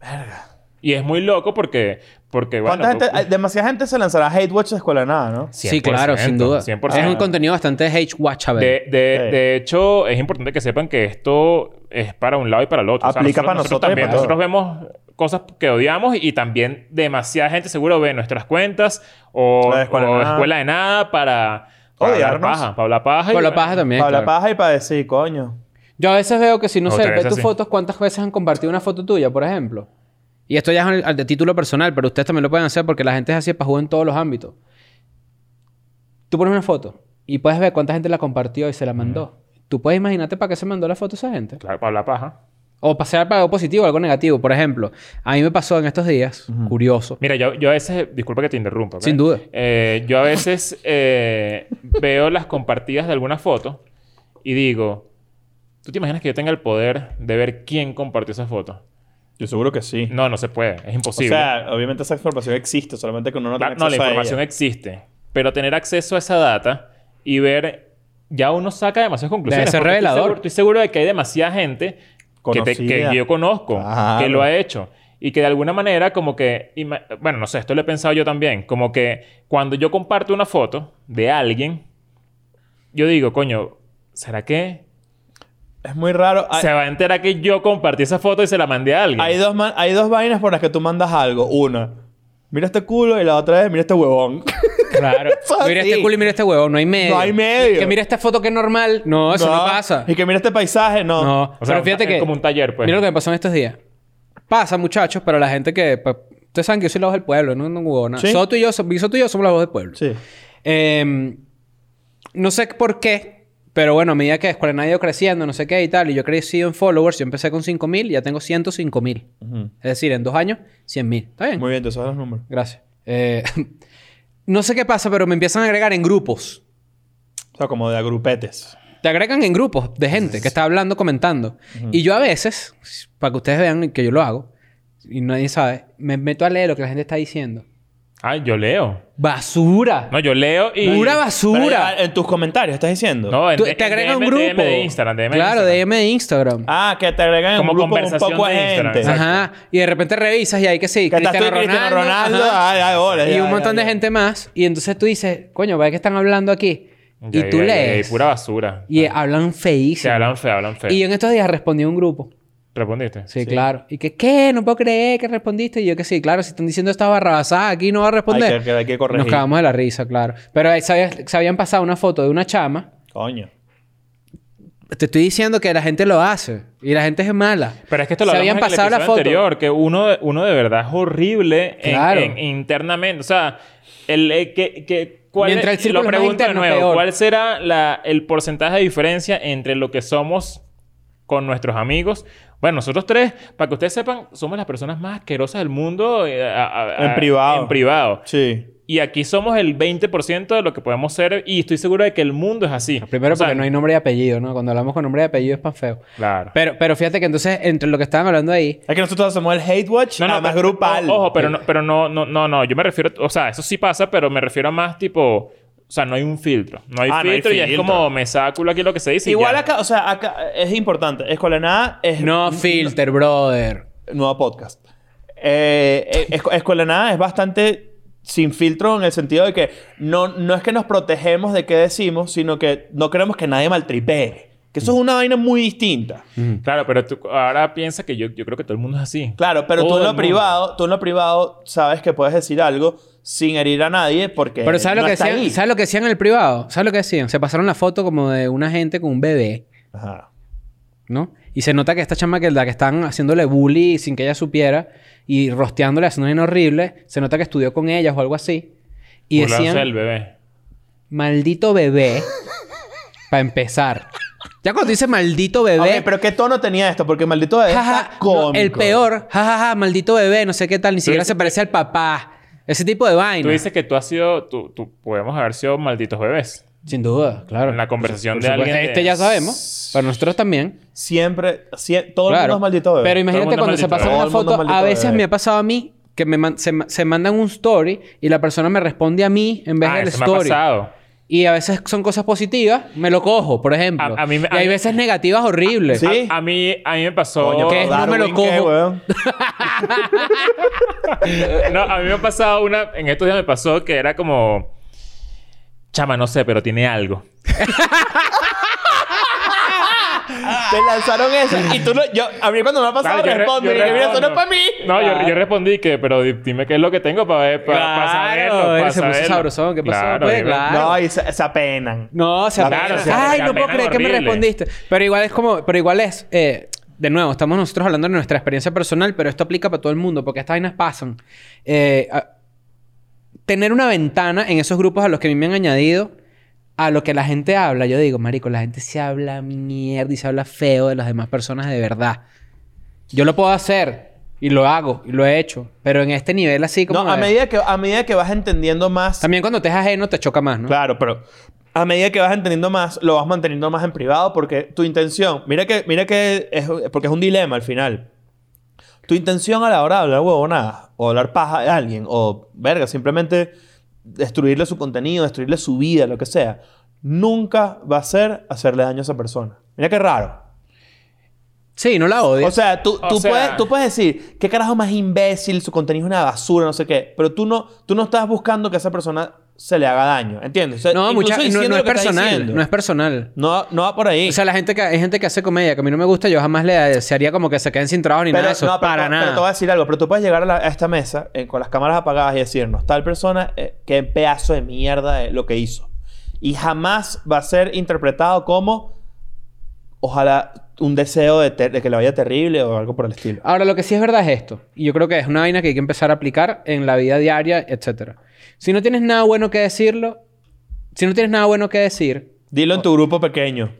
B: Verga. Y es muy loco porque, porque bueno...
C: ¿Cuánta
B: tú-
C: gente? Hay- Demasiada gente se lanzará hate watch de escuela de nada, ¿no?
D: Sí, claro, sin duda.
B: 100%.
D: Es un contenido bastante hate watchable.
B: De, de-
C: Sí.
B: de hecho, es importante que sepan que esto es para un lado y para el otro.
C: Aplica para nosotros y
B: también.
C: para
B: nosotros vemos cosas que odiamos y también demasiada gente seguro ve nuestras cuentas o,
C: La de Escuela de
B: o
C: Nada.
B: Escuela de Nada para, Para hablar
C: Odiarnos.
B: paja. Para hablar paja. y-
D: Por la paja también.
C: Para la
D: claro.
C: paja y para decir, coño.
D: Yo a veces veo que si no
B: No,
D: sé,
B: te
D: ve
B: ves
D: tus
B: así.
D: fotos, ¿cuántas veces han compartido una foto tuya, por ejemplo? Y esto ya es al- al de título personal, pero ustedes también lo pueden hacer porque la gente es así para jugar en todos los ámbitos. Tú pones una foto y puedes ver cuánta gente la compartió y se la mandó. Tú puedes imaginarte para qué se mandó la foto esa gente.
B: Claro, para hablar paja.
D: O pasar para algo positivo o algo negativo. Por ejemplo, a mí me pasó en estos días, curioso.
B: Mira, yo, yo a veces, disculpa que te interrumpa. ¿ok?
D: Sin duda.
B: Eh, yo a veces eh, veo las compartidas de algunas fotos y digo, ¿tú te imaginas que yo tenga el poder de ver quién compartió esa foto?
C: Yo seguro que sí.
B: No, no se puede, es
C: o
B: imposible.
C: sea, obviamente esa información existe, solamente que uno no
B: Claro,
C: tiene
B: no, la
C: acceso a ella.
B: información existe, pero tener acceso a esa data y ver, ya uno saca demasiadas conclusiones.
D: Debe ser
B: porque estoy
D: revelador.
B: seguro- Estoy seguro, de que hay demasiada gente que, te- que
C: Conocida.
B: yo conozco,
C: Claro.
B: que lo ha hecho. Y que de alguna manera como que... ima- Bueno, no sé, esto lo he pensado yo también. Como que cuando yo comparto una foto de alguien, yo digo, coño, ¿será que
C: Es muy raro. Hay,
B: se va a enterar que yo compartí esa foto y se la mandé a alguien?
C: hay dos man- hay dos vainas por las que tú mandas algo. Una, mira este culo y la otra es, mira este huevón.
D: Claro.
C: así.
D: mira este culo y mira este huevo. No hay medio.
C: No hay medio.
D: Que mira esta foto que es normal. No, eso no, pasa.
C: Y que mira este paisaje, no.
D: No.
B: O sea,
D: pero fíjate
B: es
D: que...
B: como un taller, pues.
D: Mira lo que me pasó en estos días. Pasa, muchachos, pero la gente que... pa- ustedes saben que yo soy la voz del pueblo. No, no hubo nada.
C: Sí.
D: Soto y yo... som- Soto y yo somos la voz del pueblo.
C: Sí.
D: Eh, no sé por qué, pero bueno, a medida que Escuela de Nadie ha ido creciendo, no sé qué y tal, y yo he crecido en followers, yo empecé con 5.000, ya tengo 105.000. Es decir, en dos años, 100.000. ¿Está bien?
C: Muy bien, tú sabes los números.
D: Gracias. Eh, no sé qué pasa, pero me empiezan a agregar en grupos.
C: O sea, como de agrupetes.
D: Te agregan en grupos de gente que está hablando, comentando. Y yo a veces, para que ustedes vean que yo lo hago, y nadie sabe, me meto a leer lo que la gente está diciendo.
B: Ah, yo leo.
D: ¡Basura!
B: No, yo leo y...
D: ¡Pura basura!
C: Pero, ah, en tus comentarios estás diciendo.
B: No, en
D: Tú-
B: D-
D: te
B: en
D: agrega un
B: DM
D: grupo.
B: DM de Instagram, DM de
D: claro,
B: Instagram.
D: DM de Instagram.
C: Ah, que te agregan en
B: Como
C: un grupo un
B: conversación
C: poco
B: de
C: de
B: Instagram,
C: gente.
B: exacto.
D: Ajá. Y de repente revisas y hay que sí,
C: Que estás tú y Cristiano Ronaldo.
B: ah,
D: ajá.
C: Ay, ay, hola,
D: y
C: ya,
D: un montón
C: ya,
D: de
C: ya.
D: gente más. Y entonces tú dices, coño, vaya que están hablando aquí.
B: Ya,
D: y tú
B: ya, ya, ya,
D: lees.
B: pura basura.
D: y eh, hablan
B: Se
D: feísimo.
B: hablan feo, hablan feo.
D: Y yo en estos días respondí a un grupo.
B: ¿Respondiste?
D: Sí, claro. Y que, ¿qué? No puedo creer que respondiste. Y yo que sí, claro, si están diciendo esta barrabasada, aquí no va a responder.
C: Hay que- hay que corregir.
D: Nos cagamos de la risa, claro. Pero ahí sabías- se habían pasado una foto de una chama.
C: Coño.
D: Te estoy diciendo que la gente lo hace. Y la gente es mala.
B: Pero es que esto lo
D: Se
B: habíamos en
D: habían
B: el
D: pasado
B: episodio
D: la foto.
B: anterior, que uno, de- uno de verdad es horrible en-
D: Claro.
B: en- internamente. O sea, el, eh, que, que- ¿cuál
D: Mientras
B: es-
D: el círculo
B: lo
D: es más
B: pregunto de
D: interno,
B: nuevo.
D: peor.
B: ¿Cuál será la- el porcentaje de diferencia entre lo que somos con nuestros amigos? Bueno, nosotros tres, para que ustedes sepan, somos las personas más asquerosas del mundo. eh, a- a-
C: En
B: a-
C: privado.
B: En privado.
C: Sí.
B: Y aquí somos el 20% de lo que podemos ser. Y estoy seguro de que el mundo es así.
D: Primero
B: O sea,
D: porque no hay nombre y apellido, ¿no? Cuando hablamos con nombre y apellido es pan feo.
B: Claro.
D: Pero, pero fíjate que entonces, entre lo que estaban hablando ahí,
C: Es que nosotros hacemos el hate watch, nada más
B: pero-
C: grupal.
B: o- Ojo,
D: Eh.
B: pero no, pero no, no, no, no, yo me refiero, o sea, eso sí pasa, pero me refiero a más tipo, o sea, no hay un filtro, no hay
C: Ah, no hay
B: filtro y es
C: filtro.
B: como me saculo aquí lo que se dice. y
C: Igual
B: ya.
C: acá, o sea, acá eh, es importante. Escuela de Nada es
D: no filter, brother.
C: nuevo podcast. Eh, eh, Escu- Escuela de Nada es bastante sin filtro en el sentido de que no, no es que nos protegemos de qué decimos, sino que no queremos que nadie maltripee. Que eso es una vaina muy distinta.
B: Claro, pero tú ahora piensa que yo, yo creo que todo el mundo es así.
C: Claro, pero
B: Todo
C: tú en
B: el
C: lo
B: mundo.
C: privado, tú en lo privado sabes que puedes decir algo sin herir a nadie porque
D: Pero
B: Eh,
D: ¿sabes,
C: no
D: lo que
C: está ahí.
D: decían, ¿sabes lo que decían en el privado? ¿Sabes lo que decían? Se pasaron la foto como de una gente con un bebé,
C: Ajá.
D: ¿no? Y se nota que esta chama que la que están haciéndole bully sin que ella supiera y rosteándole, haciendo una horrible, se nota que estudió con ellas o algo así. Y
B: Burlarse
D: decían,
B: del bebé.
D: maldito bebé, para empezar. Ya cuando dice maldito bebé,
C: Ok, pero ¿qué tono tenía esto? Porque maldito de
D: Ja, ja,
C: está
D: no,
C: cómico.
D: el peor, jajaja, maldito bebé, no sé qué tal, ni siquiera
B: dices-
D: se parece al papá. Ese tipo de
B: Tú
D: vaina.
B: dices que tú has sido, tú, tú- podemos haber sido malditos bebés.
D: Sin duda, claro.
B: En la conversación
D: Por
B: de
D: supuesto,
B: alguien. de-
D: Este ya sabemos, pero nosotros también.
C: Siempre, sie- todo el
D: claro.
C: mundo es maldito bebé.
D: Pero
B: Todo el
D: imagínate
B: mundo
D: cuando
B: es
D: se
B: maldito
D: pasan
C: bebé.
D: una
C: Todo el mundo es
D: foto, a
C: maldito
D: veces
C: bebé.
D: me ha pasado a mí que me man- se, ma- se mandan un story y la persona me responde a mí en vez
B: Ah,
D: del
B: eso me ha
D: story.
B: pasado.
D: Y a veces son cosas positivas, me lo cojo, por ejemplo.
B: A- a mí me-
D: y
B: a
D: hay
B: mí-
D: veces negativas horribles.
C: Sí.
B: A, a mí, a mí me pasó.
C: Coño,
D: ¿Qué?
C: pero
D: No me lo
C: Darwin,
D: cojo.
C: ¿qué, weón?
B: No, a mí me ha pasado una... En estos días me pasó que era como... Chama, no sé, pero tiene algo.
C: Te lanzaron eso y tú no... Yo, a mí cuando me ha pasado
B: Claro, yo re-
C: respondo.
B: yo
C: Y dije, mira, eso no
B: respondo.
C: es para mí.
B: No, yo- yo,
D: Claro.
B: respondí que, pero di- dime qué es lo que tengo para ver, para,
D: Claro,
B: saberlo.
D: él
B: pa'
D: se puso
B: saberlo.
D: sabrosón, ¿qué pasó? Pues,
B: yo-
D: claro.
C: No, y se, se apenan.
D: No, se
C: Claro,
D: apena.
C: se
D: Ay,
B: apena
D: no puedo creer que me
B: horrible.
D: respondiste. Pero igual es como... Pero igual es... eh, de nuevo, estamos nosotros hablando de nuestra experiencia personal, pero esto aplica para todo el mundo, porque estas vainas pasan. Eh, a- tener una ventana en esos grupos a los que a mí me han añadido, a lo que la gente habla. Yo digo, marico, la gente se habla mierda y se habla feo de las demás personas de verdad. Yo lo puedo hacer. Y lo hago. Y lo he hecho. Pero en este nivel así como...
C: No, a
D: de-
C: medida, que, a medida que vas entendiendo más...
D: También cuando te es ajeno te choca más, ¿no?
C: Claro, pero a medida que vas entendiendo más, lo vas manteniendo más en privado porque tu intención, mira que, mira que es, porque es un dilema al final. Tu intención a la hora de hablar huevonada o hablar paja de alguien o verga, simplemente destruirle su contenido, destruirle su vida, lo que sea, nunca va a ser hacerle daño a esa persona. Mira qué raro.
D: Sí, no la odio.
C: O sea, tú,
B: O
C: tú
B: sea-
C: puedes, tú puedes decir, qué carajo más imbécil, su contenido es una basura, no sé qué, pero tú no, tú no estás buscando que a esa persona se le haga daño, ¿entiendes? O sea,
D: No,
C: incluso
D: mucha, no- no,
C: diciendo
D: es
C: lo que estás
D: personal.
C: diciendo.
D: No es personal.
C: No, no va por ahí.
D: O sea, la gente que, hay gente que hace comedia que a mí no me gusta, yo jamás le desearía como que se queden sin trabajo ni nada de eso.
C: no, pero
D: para
C: te-
D: nada.
C: pero te voy a decir algo. Pero tú puedes llegar a, la- a esta mesa eh, con las cámaras apagadas y decirnos, tal persona, eh, qué pedazo de mierda es lo que hizo. Y jamás va a ser interpretado como, ojalá, un deseo de, ter- de que le vaya terrible o algo por el estilo.
D: Ahora, lo que sí es verdad es esto. Y yo creo que es una vaina que hay que empezar a aplicar en la vida diaria, etcétera. Si no tienes nada bueno que decirlo, si no tienes nada bueno que decir,
C: Dilo en tu grupo pequeño.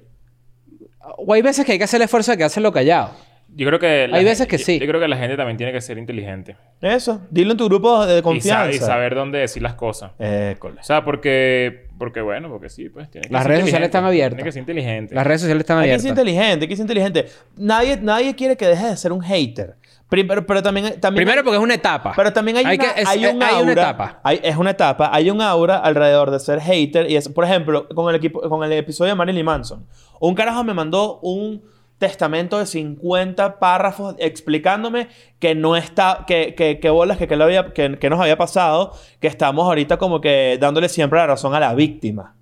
D: o hay veces que hay que hacer el esfuerzo de quedarse lo callado.
B: Yo creo que... la
D: Hay
B: gen-
D: veces que
B: yo-
D: sí.
B: Yo creo que la gente también tiene que ser inteligente.
C: Eso. Dilo en tu grupo de
B: Y sa-
C: confianza.
B: Y, saber dónde decir las cosas.
C: École.
B: O sea, porque... Porque bueno, porque sí, pues... tiene que
D: Las
B: ser
D: redes sociales
B: inteligente.
D: están abiertas.
B: Tiene que ser inteligente.
D: Las redes sociales están
C: Hay que ser
D: abiertas.
C: inteligente, hay que ser inteligente. Nadie, nadie quiere que dejes de ser un hater. Primero, pero también, también
D: Primero porque es una etapa.
C: Pero también hay, una,
D: que- es-
C: hay un
D: hay
C: aura,
D: una etapa.
C: hay- es una etapa. Hay un aura alrededor de ser hater. Y es, por ejemplo, con el, equipo, con el episodio de Marilyn Manson. Un carajo me mandó un testamento de 50 párrafos explicándome que no está... Que, que, que bolas, que, que, lo había, que, que nos había pasado. Que estamos ahorita como que dándole siempre la razón a la víctima.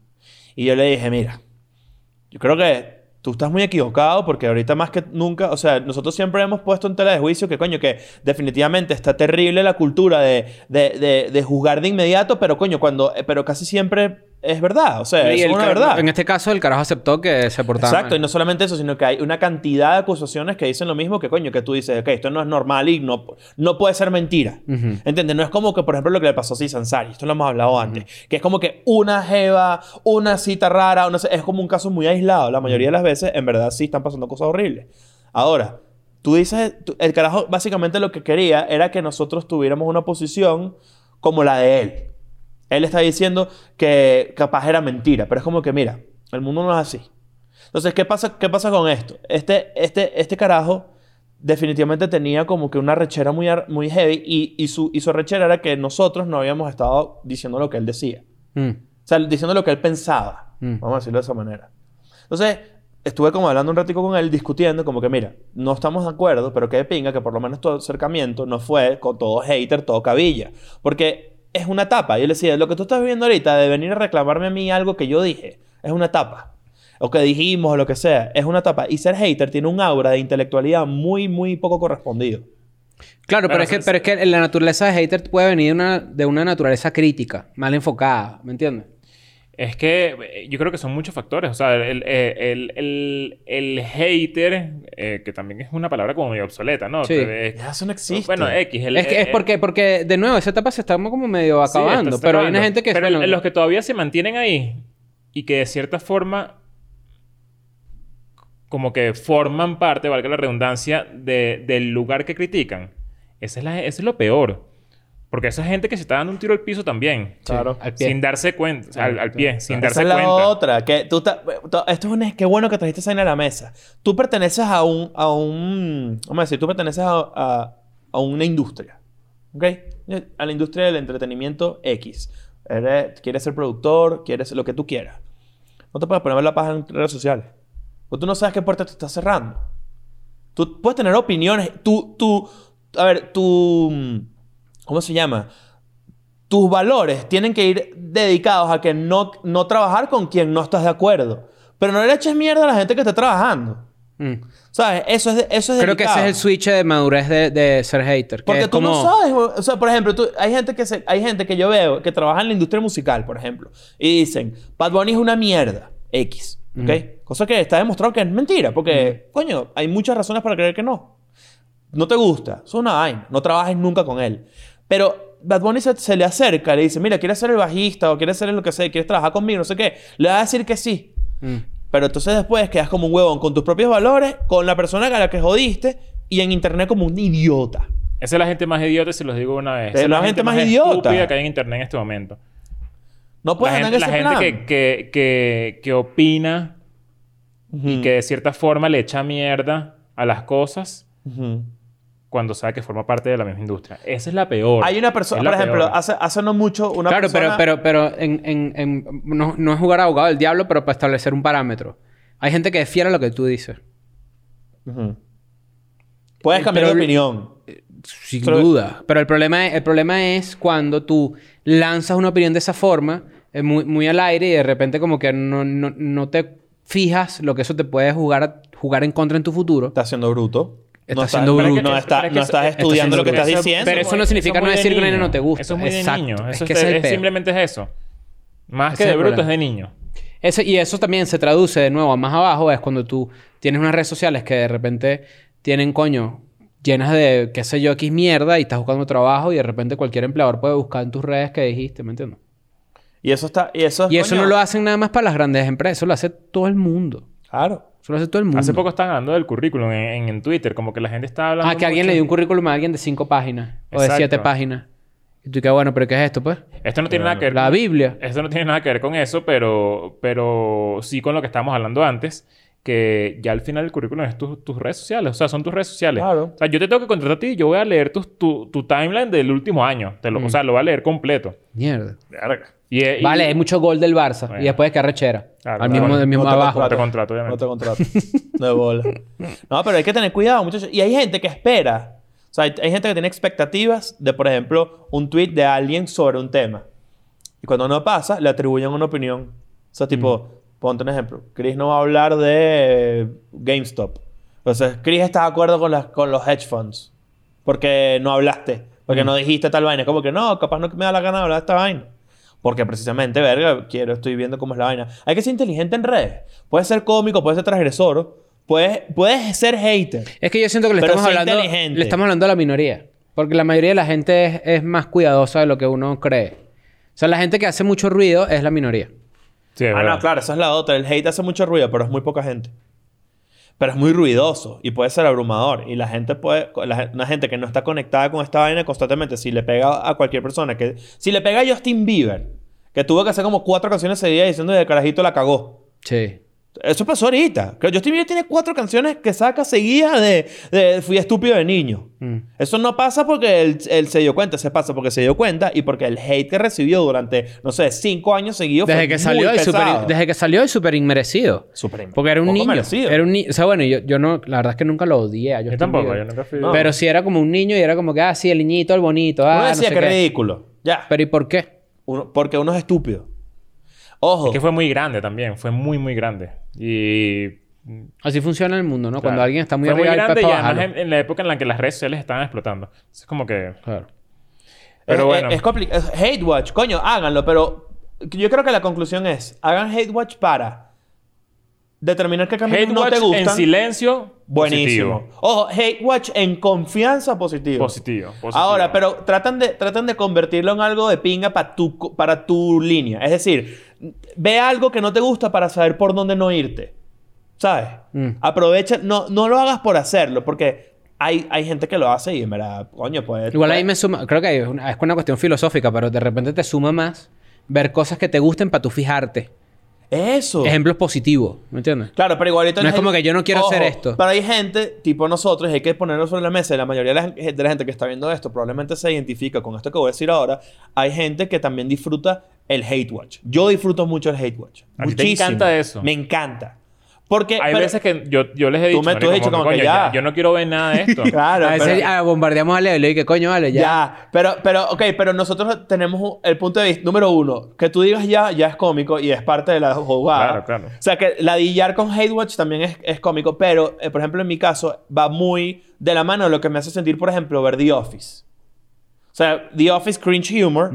C: Y yo le dije, mira... Yo creo que tú estás muy equivocado porque ahorita más que nunca, o sea, nosotros siempre hemos puesto en tela de juicio que, coño, que definitivamente está terrible la cultura de, de, de, de juzgar de inmediato, pero coño, cuando, eh, pero casi siempre es verdad, o sea,
D: Y
C: es
D: el
C: una
D: car-
C: verdad.
D: En este caso, el carajo aceptó que se portaba
C: Exacto,
D: mal.
C: y no solamente eso, sino que hay una cantidad de acusaciones que dicen lo mismo que, coño, que tú dices, ok, esto no es normal y no, no puede ser mentira.
D: Ujú.
C: ¿Entiendes? No es como que, por ejemplo, lo que le pasó a Sansari, esto lo hemos hablado antes, que es como que una jeva, una cita rara, una- es como un caso muy aislado. La mayoría de las veces, en verdad, sí están pasando cosas horribles. Ahora, tú dices, tú- el carajo básicamente lo que quería era que nosotros tuviéramos una posición como la de él. Él está diciendo que capaz era mentira, pero es como que, mira, el mundo no es así. Entonces, ¿qué pasa, qué pasa con esto? Este, este, este carajo definitivamente tenía como que una rechera muy, ar- muy heavy y, y, su, y su rechera era que nosotros no habíamos estado diciendo lo que él decía.
D: Mm.
C: O sea, diciendo lo que él pensaba.
D: Mm.
C: Vamos a decirlo de esa manera. Entonces, estuve como hablando un ratico con él, discutiendo, como que mira, no estamos de acuerdo, pero qué de pinga que por lo menos tu acercamiento no fue con todo hater, todo cabilla. Porque es una etapa. Yo le decía, lo que tú estás viviendo ahorita de venir a reclamarme a mí algo que yo dije, es una etapa. O que dijimos, o lo que sea, es una etapa. Y ser hater tiene un aura de intelectualidad muy, muy poco correspondido.
D: Claro, pero,
B: Pero
D: es que,
B: sí,
D: pero es que la naturaleza de hater puede venir de una, de una naturaleza crítica, mal enfocada, ¿me entiendes?
B: Es que eh, yo creo que son muchos factores. O sea, el, eh, el- el- el hater, eh, que también es una palabra como medio obsoleta, ¿no?
D: Sí.
B: Que, eh,
C: Ya, Eso no existe.
B: Bueno, X. el-
D: es que es
B: eh,
D: porque, porque, de nuevo, esa etapa se está como medio
B: Sí,
D: acabando.
B: está- está
D: pero hay
B: acabando.
D: una gente que...
B: Pero
D: bueno,
B: los que todavía se mantienen ahí y que de cierta forma como que forman parte, valga la redundancia, de- del lugar que critican. Esa es la- eso es lo peor. Porque esa gente que se está dando un tiro al piso también.
D: sí,
C: claro.
D: al pie.
B: Sin darse cuenta. O sea, al, al pie. Sin
C: Esa
B: darse
C: es la
B: cuenta.
C: otra. Que tú ta- to- esto es un... Qué bueno que trajiste esa vaina a la mesa. Tú perteneces a un... A un vamos a decir, tú perteneces a, a- a una industria. ¿Ok? A la industria del entretenimiento X. Eres- quieres ser productor, quieres lo que tú quieras. No te puedes poner la paja en redes sociales. Porque tú no sabes qué puerta te estás cerrando. Tú puedes tener opiniones. Tú, tú... A ver, tú... ¿Cómo se llama? tus valores tienen que ir dedicados a que no, no trabajar con quien no estás de acuerdo. Pero no le eches mierda a la gente que está trabajando.
D: Mm.
C: ¿Sabes? Eso es, de- eso es
D: Creo que ese es
C: delicado.
D: el switch de madurez de, de ser hater. que
C: Porque
D: es
C: tú no
D: como-
C: sabes, güey. o sea, por ejemplo, tú- hay, gente que se- hay gente que yo veo que trabaja en la industria musical, por ejemplo, y dicen, Bad Bunny es una mierda, X, ¿ok? Cosa que está demostrado que es mentira, porque, coño, hay muchas razones para creer que no. No te gusta, eso es una vaina, no trabajes nunca con él. Pero Bad Bunny se, se le acerca, le dice, mira, quieres ser el bajista o quieres ser lo que sea, quieres trabajar conmigo, no sé qué, le va a decir que sí.
D: Mm.
C: Pero entonces después quedas como un huevón con tus propios valores, con la persona a la que jodiste y en internet como un idiota.
B: Esa es la gente más idiota, se los digo una vez. Esa
C: Es
B: es
C: la gente más idiota.
B: estúpida que hay en internet en este momento.
C: No puedes
B: la
C: andar
B: gente,
C: en
B: la
C: ese
B: gente que,
C: plan.
B: que, que, que opina y
C: Ujú.
B: que de cierta forma le echa mierda a las cosas
C: Ujú.
B: cuando sabe que forma parte de la misma industria. Esa es la peor.
C: Hay una persona,
B: Es la
C: por ejemplo,
B: peor.
C: hace, hace no mucho una
D: claro,
C: persona...
D: pero, pero, pero en, en- en- no, no es jugar abogado del diablo, pero para establecer un parámetro. Hay gente que defiere lo que tú dices.
C: Ujú. Puedes
D: Eh,
C: cambiar
D: pero-
C: de opinión.
D: Sin
C: Pero-
D: duda. Pero el problema, es, el problema es cuando tú lanzas una opinión de esa forma, eh, muy, muy al aire, y de repente como que no, no- no te fijas lo que eso te puede jugar, a- jugar en contra en tu futuro.
C: Estás siendo bruto.
D: Estás
C: no
D: siendo
C: pero es que-
D: bruto.
C: No, está-
B: Pero es que
C: no
B: eso-
C: estás
B: estás
C: estudiando
D: siendo
C: lo que estás
D: bruto.
C: diciendo.
D: Pero eso no
B: es-
D: significa
B: es
D: no
B: muy de
D: decir que un nene
B: niño.
D: no te gusta.
B: Eso es muy
D: Exacto.
B: de niño.
D: Es
B: Eso
D: que
B: es-
D: ese es el
B: es
D: peor.
B: simplemente es eso. Más
D: Ese
B: que
D: es
B: de
D: el
B: bruto es
D: problema.
B: de niño.
D: Eso- y eso también se traduce de nuevo a más abajo, es cuando tú tienes unas redes sociales que de repente tienen, coño, llenas de, qué sé yo, X mierda y estás buscando trabajo y de repente cualquier empleador puede buscar en tus redes que dijiste, ¿me entiendes?
C: Y eso está... Y eso, es,
D: Y eso
C: coño,
D: no lo hacen nada más para las grandes empresas, eso lo hace todo el mundo.
C: Claro.
D: Eso lo hace todo el mundo.
B: Hace poco estaban hablando del currículum en, en- en Twitter. Como que la gente estaba hablando...
D: Ah, que alguien
B: mucho.
D: le dio un currículum a alguien de cinco páginas o de
B: Exacto.
D: siete páginas. Y tú que bueno, pero ¿qué es esto, pues?
B: Esto no tiene nada que ver
D: La
B: con-
D: Biblia.
B: Esto no tiene nada que ver con eso, pero, pero sí con lo que estábamos hablando antes, que ya al final el currículum es tus- tus redes sociales, o sea, son tus redes sociales.
C: Claro.
B: O sea, yo te tengo que contratar a ti y yo voy a leer tus- tu, tu timeline del último año. Te lo-
C: Mm.
B: O sea, lo voy a leer completo.
D: Mierda.
B: Y, y-
D: Vale, hay mucho gol del Barça
B: Bueno.
D: y después que arrechera.
B: Claro,
D: al
B: claro.
D: mismo, del mismo
C: No te
D: abajo.
B: No te contrato, obviamente.
C: No te contrato. No de bola. No, pero hay que tener cuidado, muchachos. Y hay gente que espera. O sea, hay, hay gente que tiene expectativas de, por ejemplo, un tweet de alguien sobre un tema. Y cuando no pasa, le atribuyen una opinión. O sea, tipo,
D: Mm.
C: ponte un ejemplo. Chris no va a hablar de eh, GameStop. Entonces, Chris está de acuerdo con, las, con los hedge funds. Porque no hablaste. Porque no dijiste tal vaina. Es como que no, capaz no me da la gana de hablar de esta vaina. Porque precisamente, verga, quiero, estoy viendo cómo es la vaina. Hay que ser inteligente en redes. Puedes ser cómico, puedes ser transgresor, puedes, puedes ser hater.
D: Es que yo siento que le
C: Pero
D: estamos
C: sé
D: hablando.
C: inteligente.
D: Le estamos hablando a la minoría. Porque la mayoría de la gente es, es más cuidadosa de lo que uno cree. O sea, la gente que hace mucho ruido es la minoría.
B: Sí, es
C: Ah,
B: verdad.
C: no, claro, esa es la otra. El hate hace mucho ruido, pero es muy poca gente. Pero es muy ruidoso y puede ser abrumador. Y la gente puede. la gen- una gente que no está conectada con esta vaina constantemente, si le pega a cualquier persona, que si le pega a Justin Bieber, que tuvo que hacer como cuatro canciones seguidas diciendo de carajito la cagó.
D: Sí.
C: Eso pasó ahorita. Creo- Justin Bieber tiene cuatro canciones que saca seguidas de, de Fui estúpido de niño.
D: Mm.
C: Eso no pasa porque él, él se dio cuenta, se pasa porque se dio cuenta y porque el hate que recibió durante, no sé, cinco años seguidos
D: Desde
C: fue
D: que
C: muy
D: salió y
C: pesado.
D: súper desde que salió es súper inmerecido.
C: Súper inmerecido.
D: Porque era un
C: Poco
D: niño.
C: merecido.
D: Era un ni- O sea, bueno, yo, yo no, la verdad es que nunca lo odié. a
B: Yo
D: Justin
B: tampoco,
D: Bieber.
B: yo nunca fui...
C: No.
D: Pero sí era como un niño y era como que, ah, sí, el niñito, el bonito.
C: Uno
D: Ah, no
C: decía
D: sé
C: que
D: qué.
C: ridículo. Ya.
D: Pero ¿y por qué?
C: Uno- porque uno es estúpido. Ojo.
B: Es que fue muy grande también. Fue muy, muy grande. Y...
D: Así funciona el mundo, ¿no? Cuando
B: claro.
D: alguien está muy
B: Fue muy
D: arriba del ah,
B: grande y
D: pepa,
B: además
D: bájalo.
B: en, en la época en la que las redes sociales estaban explotando. Entonces, Es como que...
D: Claro.
B: Pero
C: es,
B: bueno.
C: es- es compli- es hate watch, coño, háganlo, pero yo creo que la conclusión es, hagan hate watch para determinar qué caminos
B: Hate
C: no
B: watch
C: te gustan.
B: en silencio.
C: Buenísimo.
B: positivo.
C: Ojo, hate watch en confianza positivo.
B: Positivo, positivo.
C: Ahora, pero tratan de, tratan de convertirlo en algo de pinga pa tu co- para tu línea. Es decir, ve algo que no te gusta para saber por dónde no irte. ¿Sabes?
D: Mm.
C: Aprovecha, no, no lo hagas por hacerlo, porque hay, hay gente que lo hace y en verdad, coño, pues.
D: Igual ahí
C: pues,
D: me suma, creo que es una, es una cuestión filosófica, pero de repente te suma más ver cosas que te gusten para tú fijarte.
C: Eso.
D: Ejemplos positivos, ¿me entiendes?
C: Claro, pero igualito...
D: No
C: hay
D: es como
C: gente-
D: que yo no quiero hacer esto.
C: Pero hay gente, tipo nosotros, y hay que ponerlo sobre la mesa. y La mayoría de la, gen- de la gente que está viendo esto probablemente se identifica con esto que voy a decir ahora. Hay gente que también disfruta el hate watch. Yo disfruto mucho el hate watch.
B: A ti te
C: Muchísimo.
B: encanta eso.
C: Me encanta. Porque
B: Hay
C: pero-
B: veces que yo, yo les he dicho,
C: Tú me- tú has
B: marico,
C: dicho como que
B: coño,
C: ya.
B: Yo no quiero ver nada de esto.
C: Claro,
D: a veces
C: pero-
D: ah, bombardeamos a Leo y le digo que coño, vale,
C: Ya.
D: ya.
C: pero, pero, ok, pero nosotros tenemos un- el punto de vista, número uno, que tú digas ya, ya es cómico y es parte de la jugada.
B: Claro, claro.
C: O sea, que ladillar con Hate Watch también es, es cómico, pero, eh, por ejemplo, en mi caso, va muy de la mano lo que me hace sentir, por ejemplo, ver The Office. O sea, The Office Cringe Humor,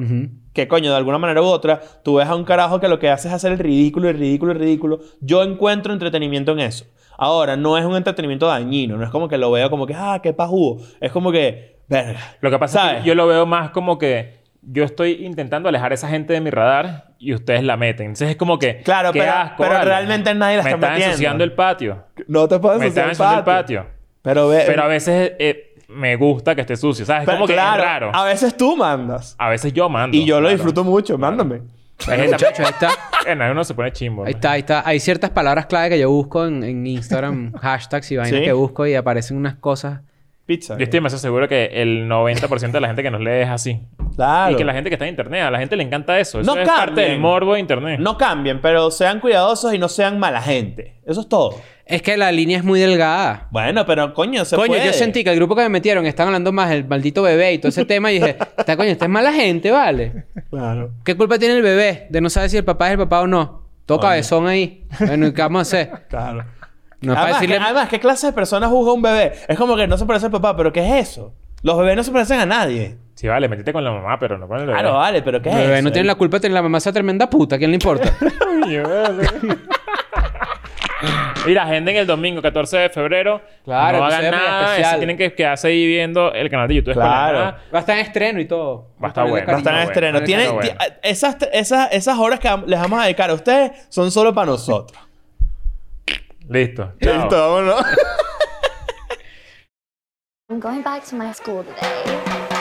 C: que coño, de alguna manera u otra, tú ves a un carajo que lo que hace es hacer el ridículo, el ridículo, el ridículo. Yo encuentro entretenimiento en eso. Ahora, no es un entretenimiento dañino, no es como que lo veo como que, ah, qué pajugo. Es como que, verga.
B: Lo que pasa es
C: ¿Sabes?
B: que yo lo veo más como que yo estoy intentando alejar a esa gente de mi radar y ustedes la meten. Entonces es como que.
C: Claro,
B: qué
C: pero-
B: asco,
C: pero
B: vale.
C: realmente nadie la
B: Me
C: está
B: están
C: metiendo.
B: ensuciando el patio.
C: No te puedes
B: Me están ensuciando el patio.
C: Pero, ve,
B: Pero a veces eh, me gusta que esté sucio. ¿Sabes?
C: pero
B: como que
C: claro,
B: es raro.
C: A veces tú mandas.
B: A veces yo mando.
C: Y yo lo
B: claro.
C: disfruto mucho, mándame.
B: Es
D: Bueno,
B: esta-
D: muchachos, ahí está.
B: Bueno, uno se pone chimbo.
D: Ahí
B: ¿no?
D: está, ahí está. Hay ciertas palabras clave que yo busco en, en Instagram, hashtags y vainas
C: Sí.
D: que busco y aparecen unas cosas.
C: Pizza.
B: Yo estoy más seguro que el 90% de la gente que nos lee es así.
C: Claro.
B: Y que la gente que está en internet, a la gente le encanta eso. Eso
C: No
B: es parte
C: carten.
B: del morbo de internet.
C: No cambien, pero sean cuidadosos y no sean mala gente. Eso es todo.
D: Es que la línea es muy delgada.
C: Bueno, pero coño, se
D: Coño,
C: puede.
D: yo sentí que el grupo que me metieron estaban hablando más del maldito bebé y todo ese tema. Y dije, esta coño, esta es mala gente, ¿vale?
C: Claro.
D: ¿Qué culpa tiene el bebé de no saber si el papá es el papá o no? Todo
C: Coño.
D: cabezón ahí. Bueno, ¿y ¿qué vamos a hacer?
C: Claro.
D: No es para
C: además,
D: decirle...
C: que- además, ¿qué clase de personas juzga un bebé? Es como que no se parece al papá, pero ¿qué es eso? Los bebés no se parecen a nadie.
B: Sí, vale, metiste con la mamá, pero no con el bebé.
C: Claro, vale, pero ¿qué
D: El
C: es
D: bebé
C: eso?
D: no tiene la culpa de tener la mamá esa tremenda puta. ¿A quién le importa?
B: Coño, vale. Mira, gente en el domingo, 14 de febrero.
D: Claro,
B: no
D: que sea
B: hagan
D: muy
B: nada.
D: especial.
B: se tienen que quedarse ahí viendo el canal de YouTube. Escuela de
C: Claro.
B: Nada.
D: Va a estar en estreno y todo.
B: Va a estar bueno.
C: Va a estar en
B: Está bueno,
C: estreno.
B: está
C: Tiene,
B: bueno.
C: ti- a- esas, t- esas, esas horas que am- les vamos a dedicar a ustedes son solo para nosotros.
B: Listo. Chao.
C: vámonos.
A: I'm going back to my school today.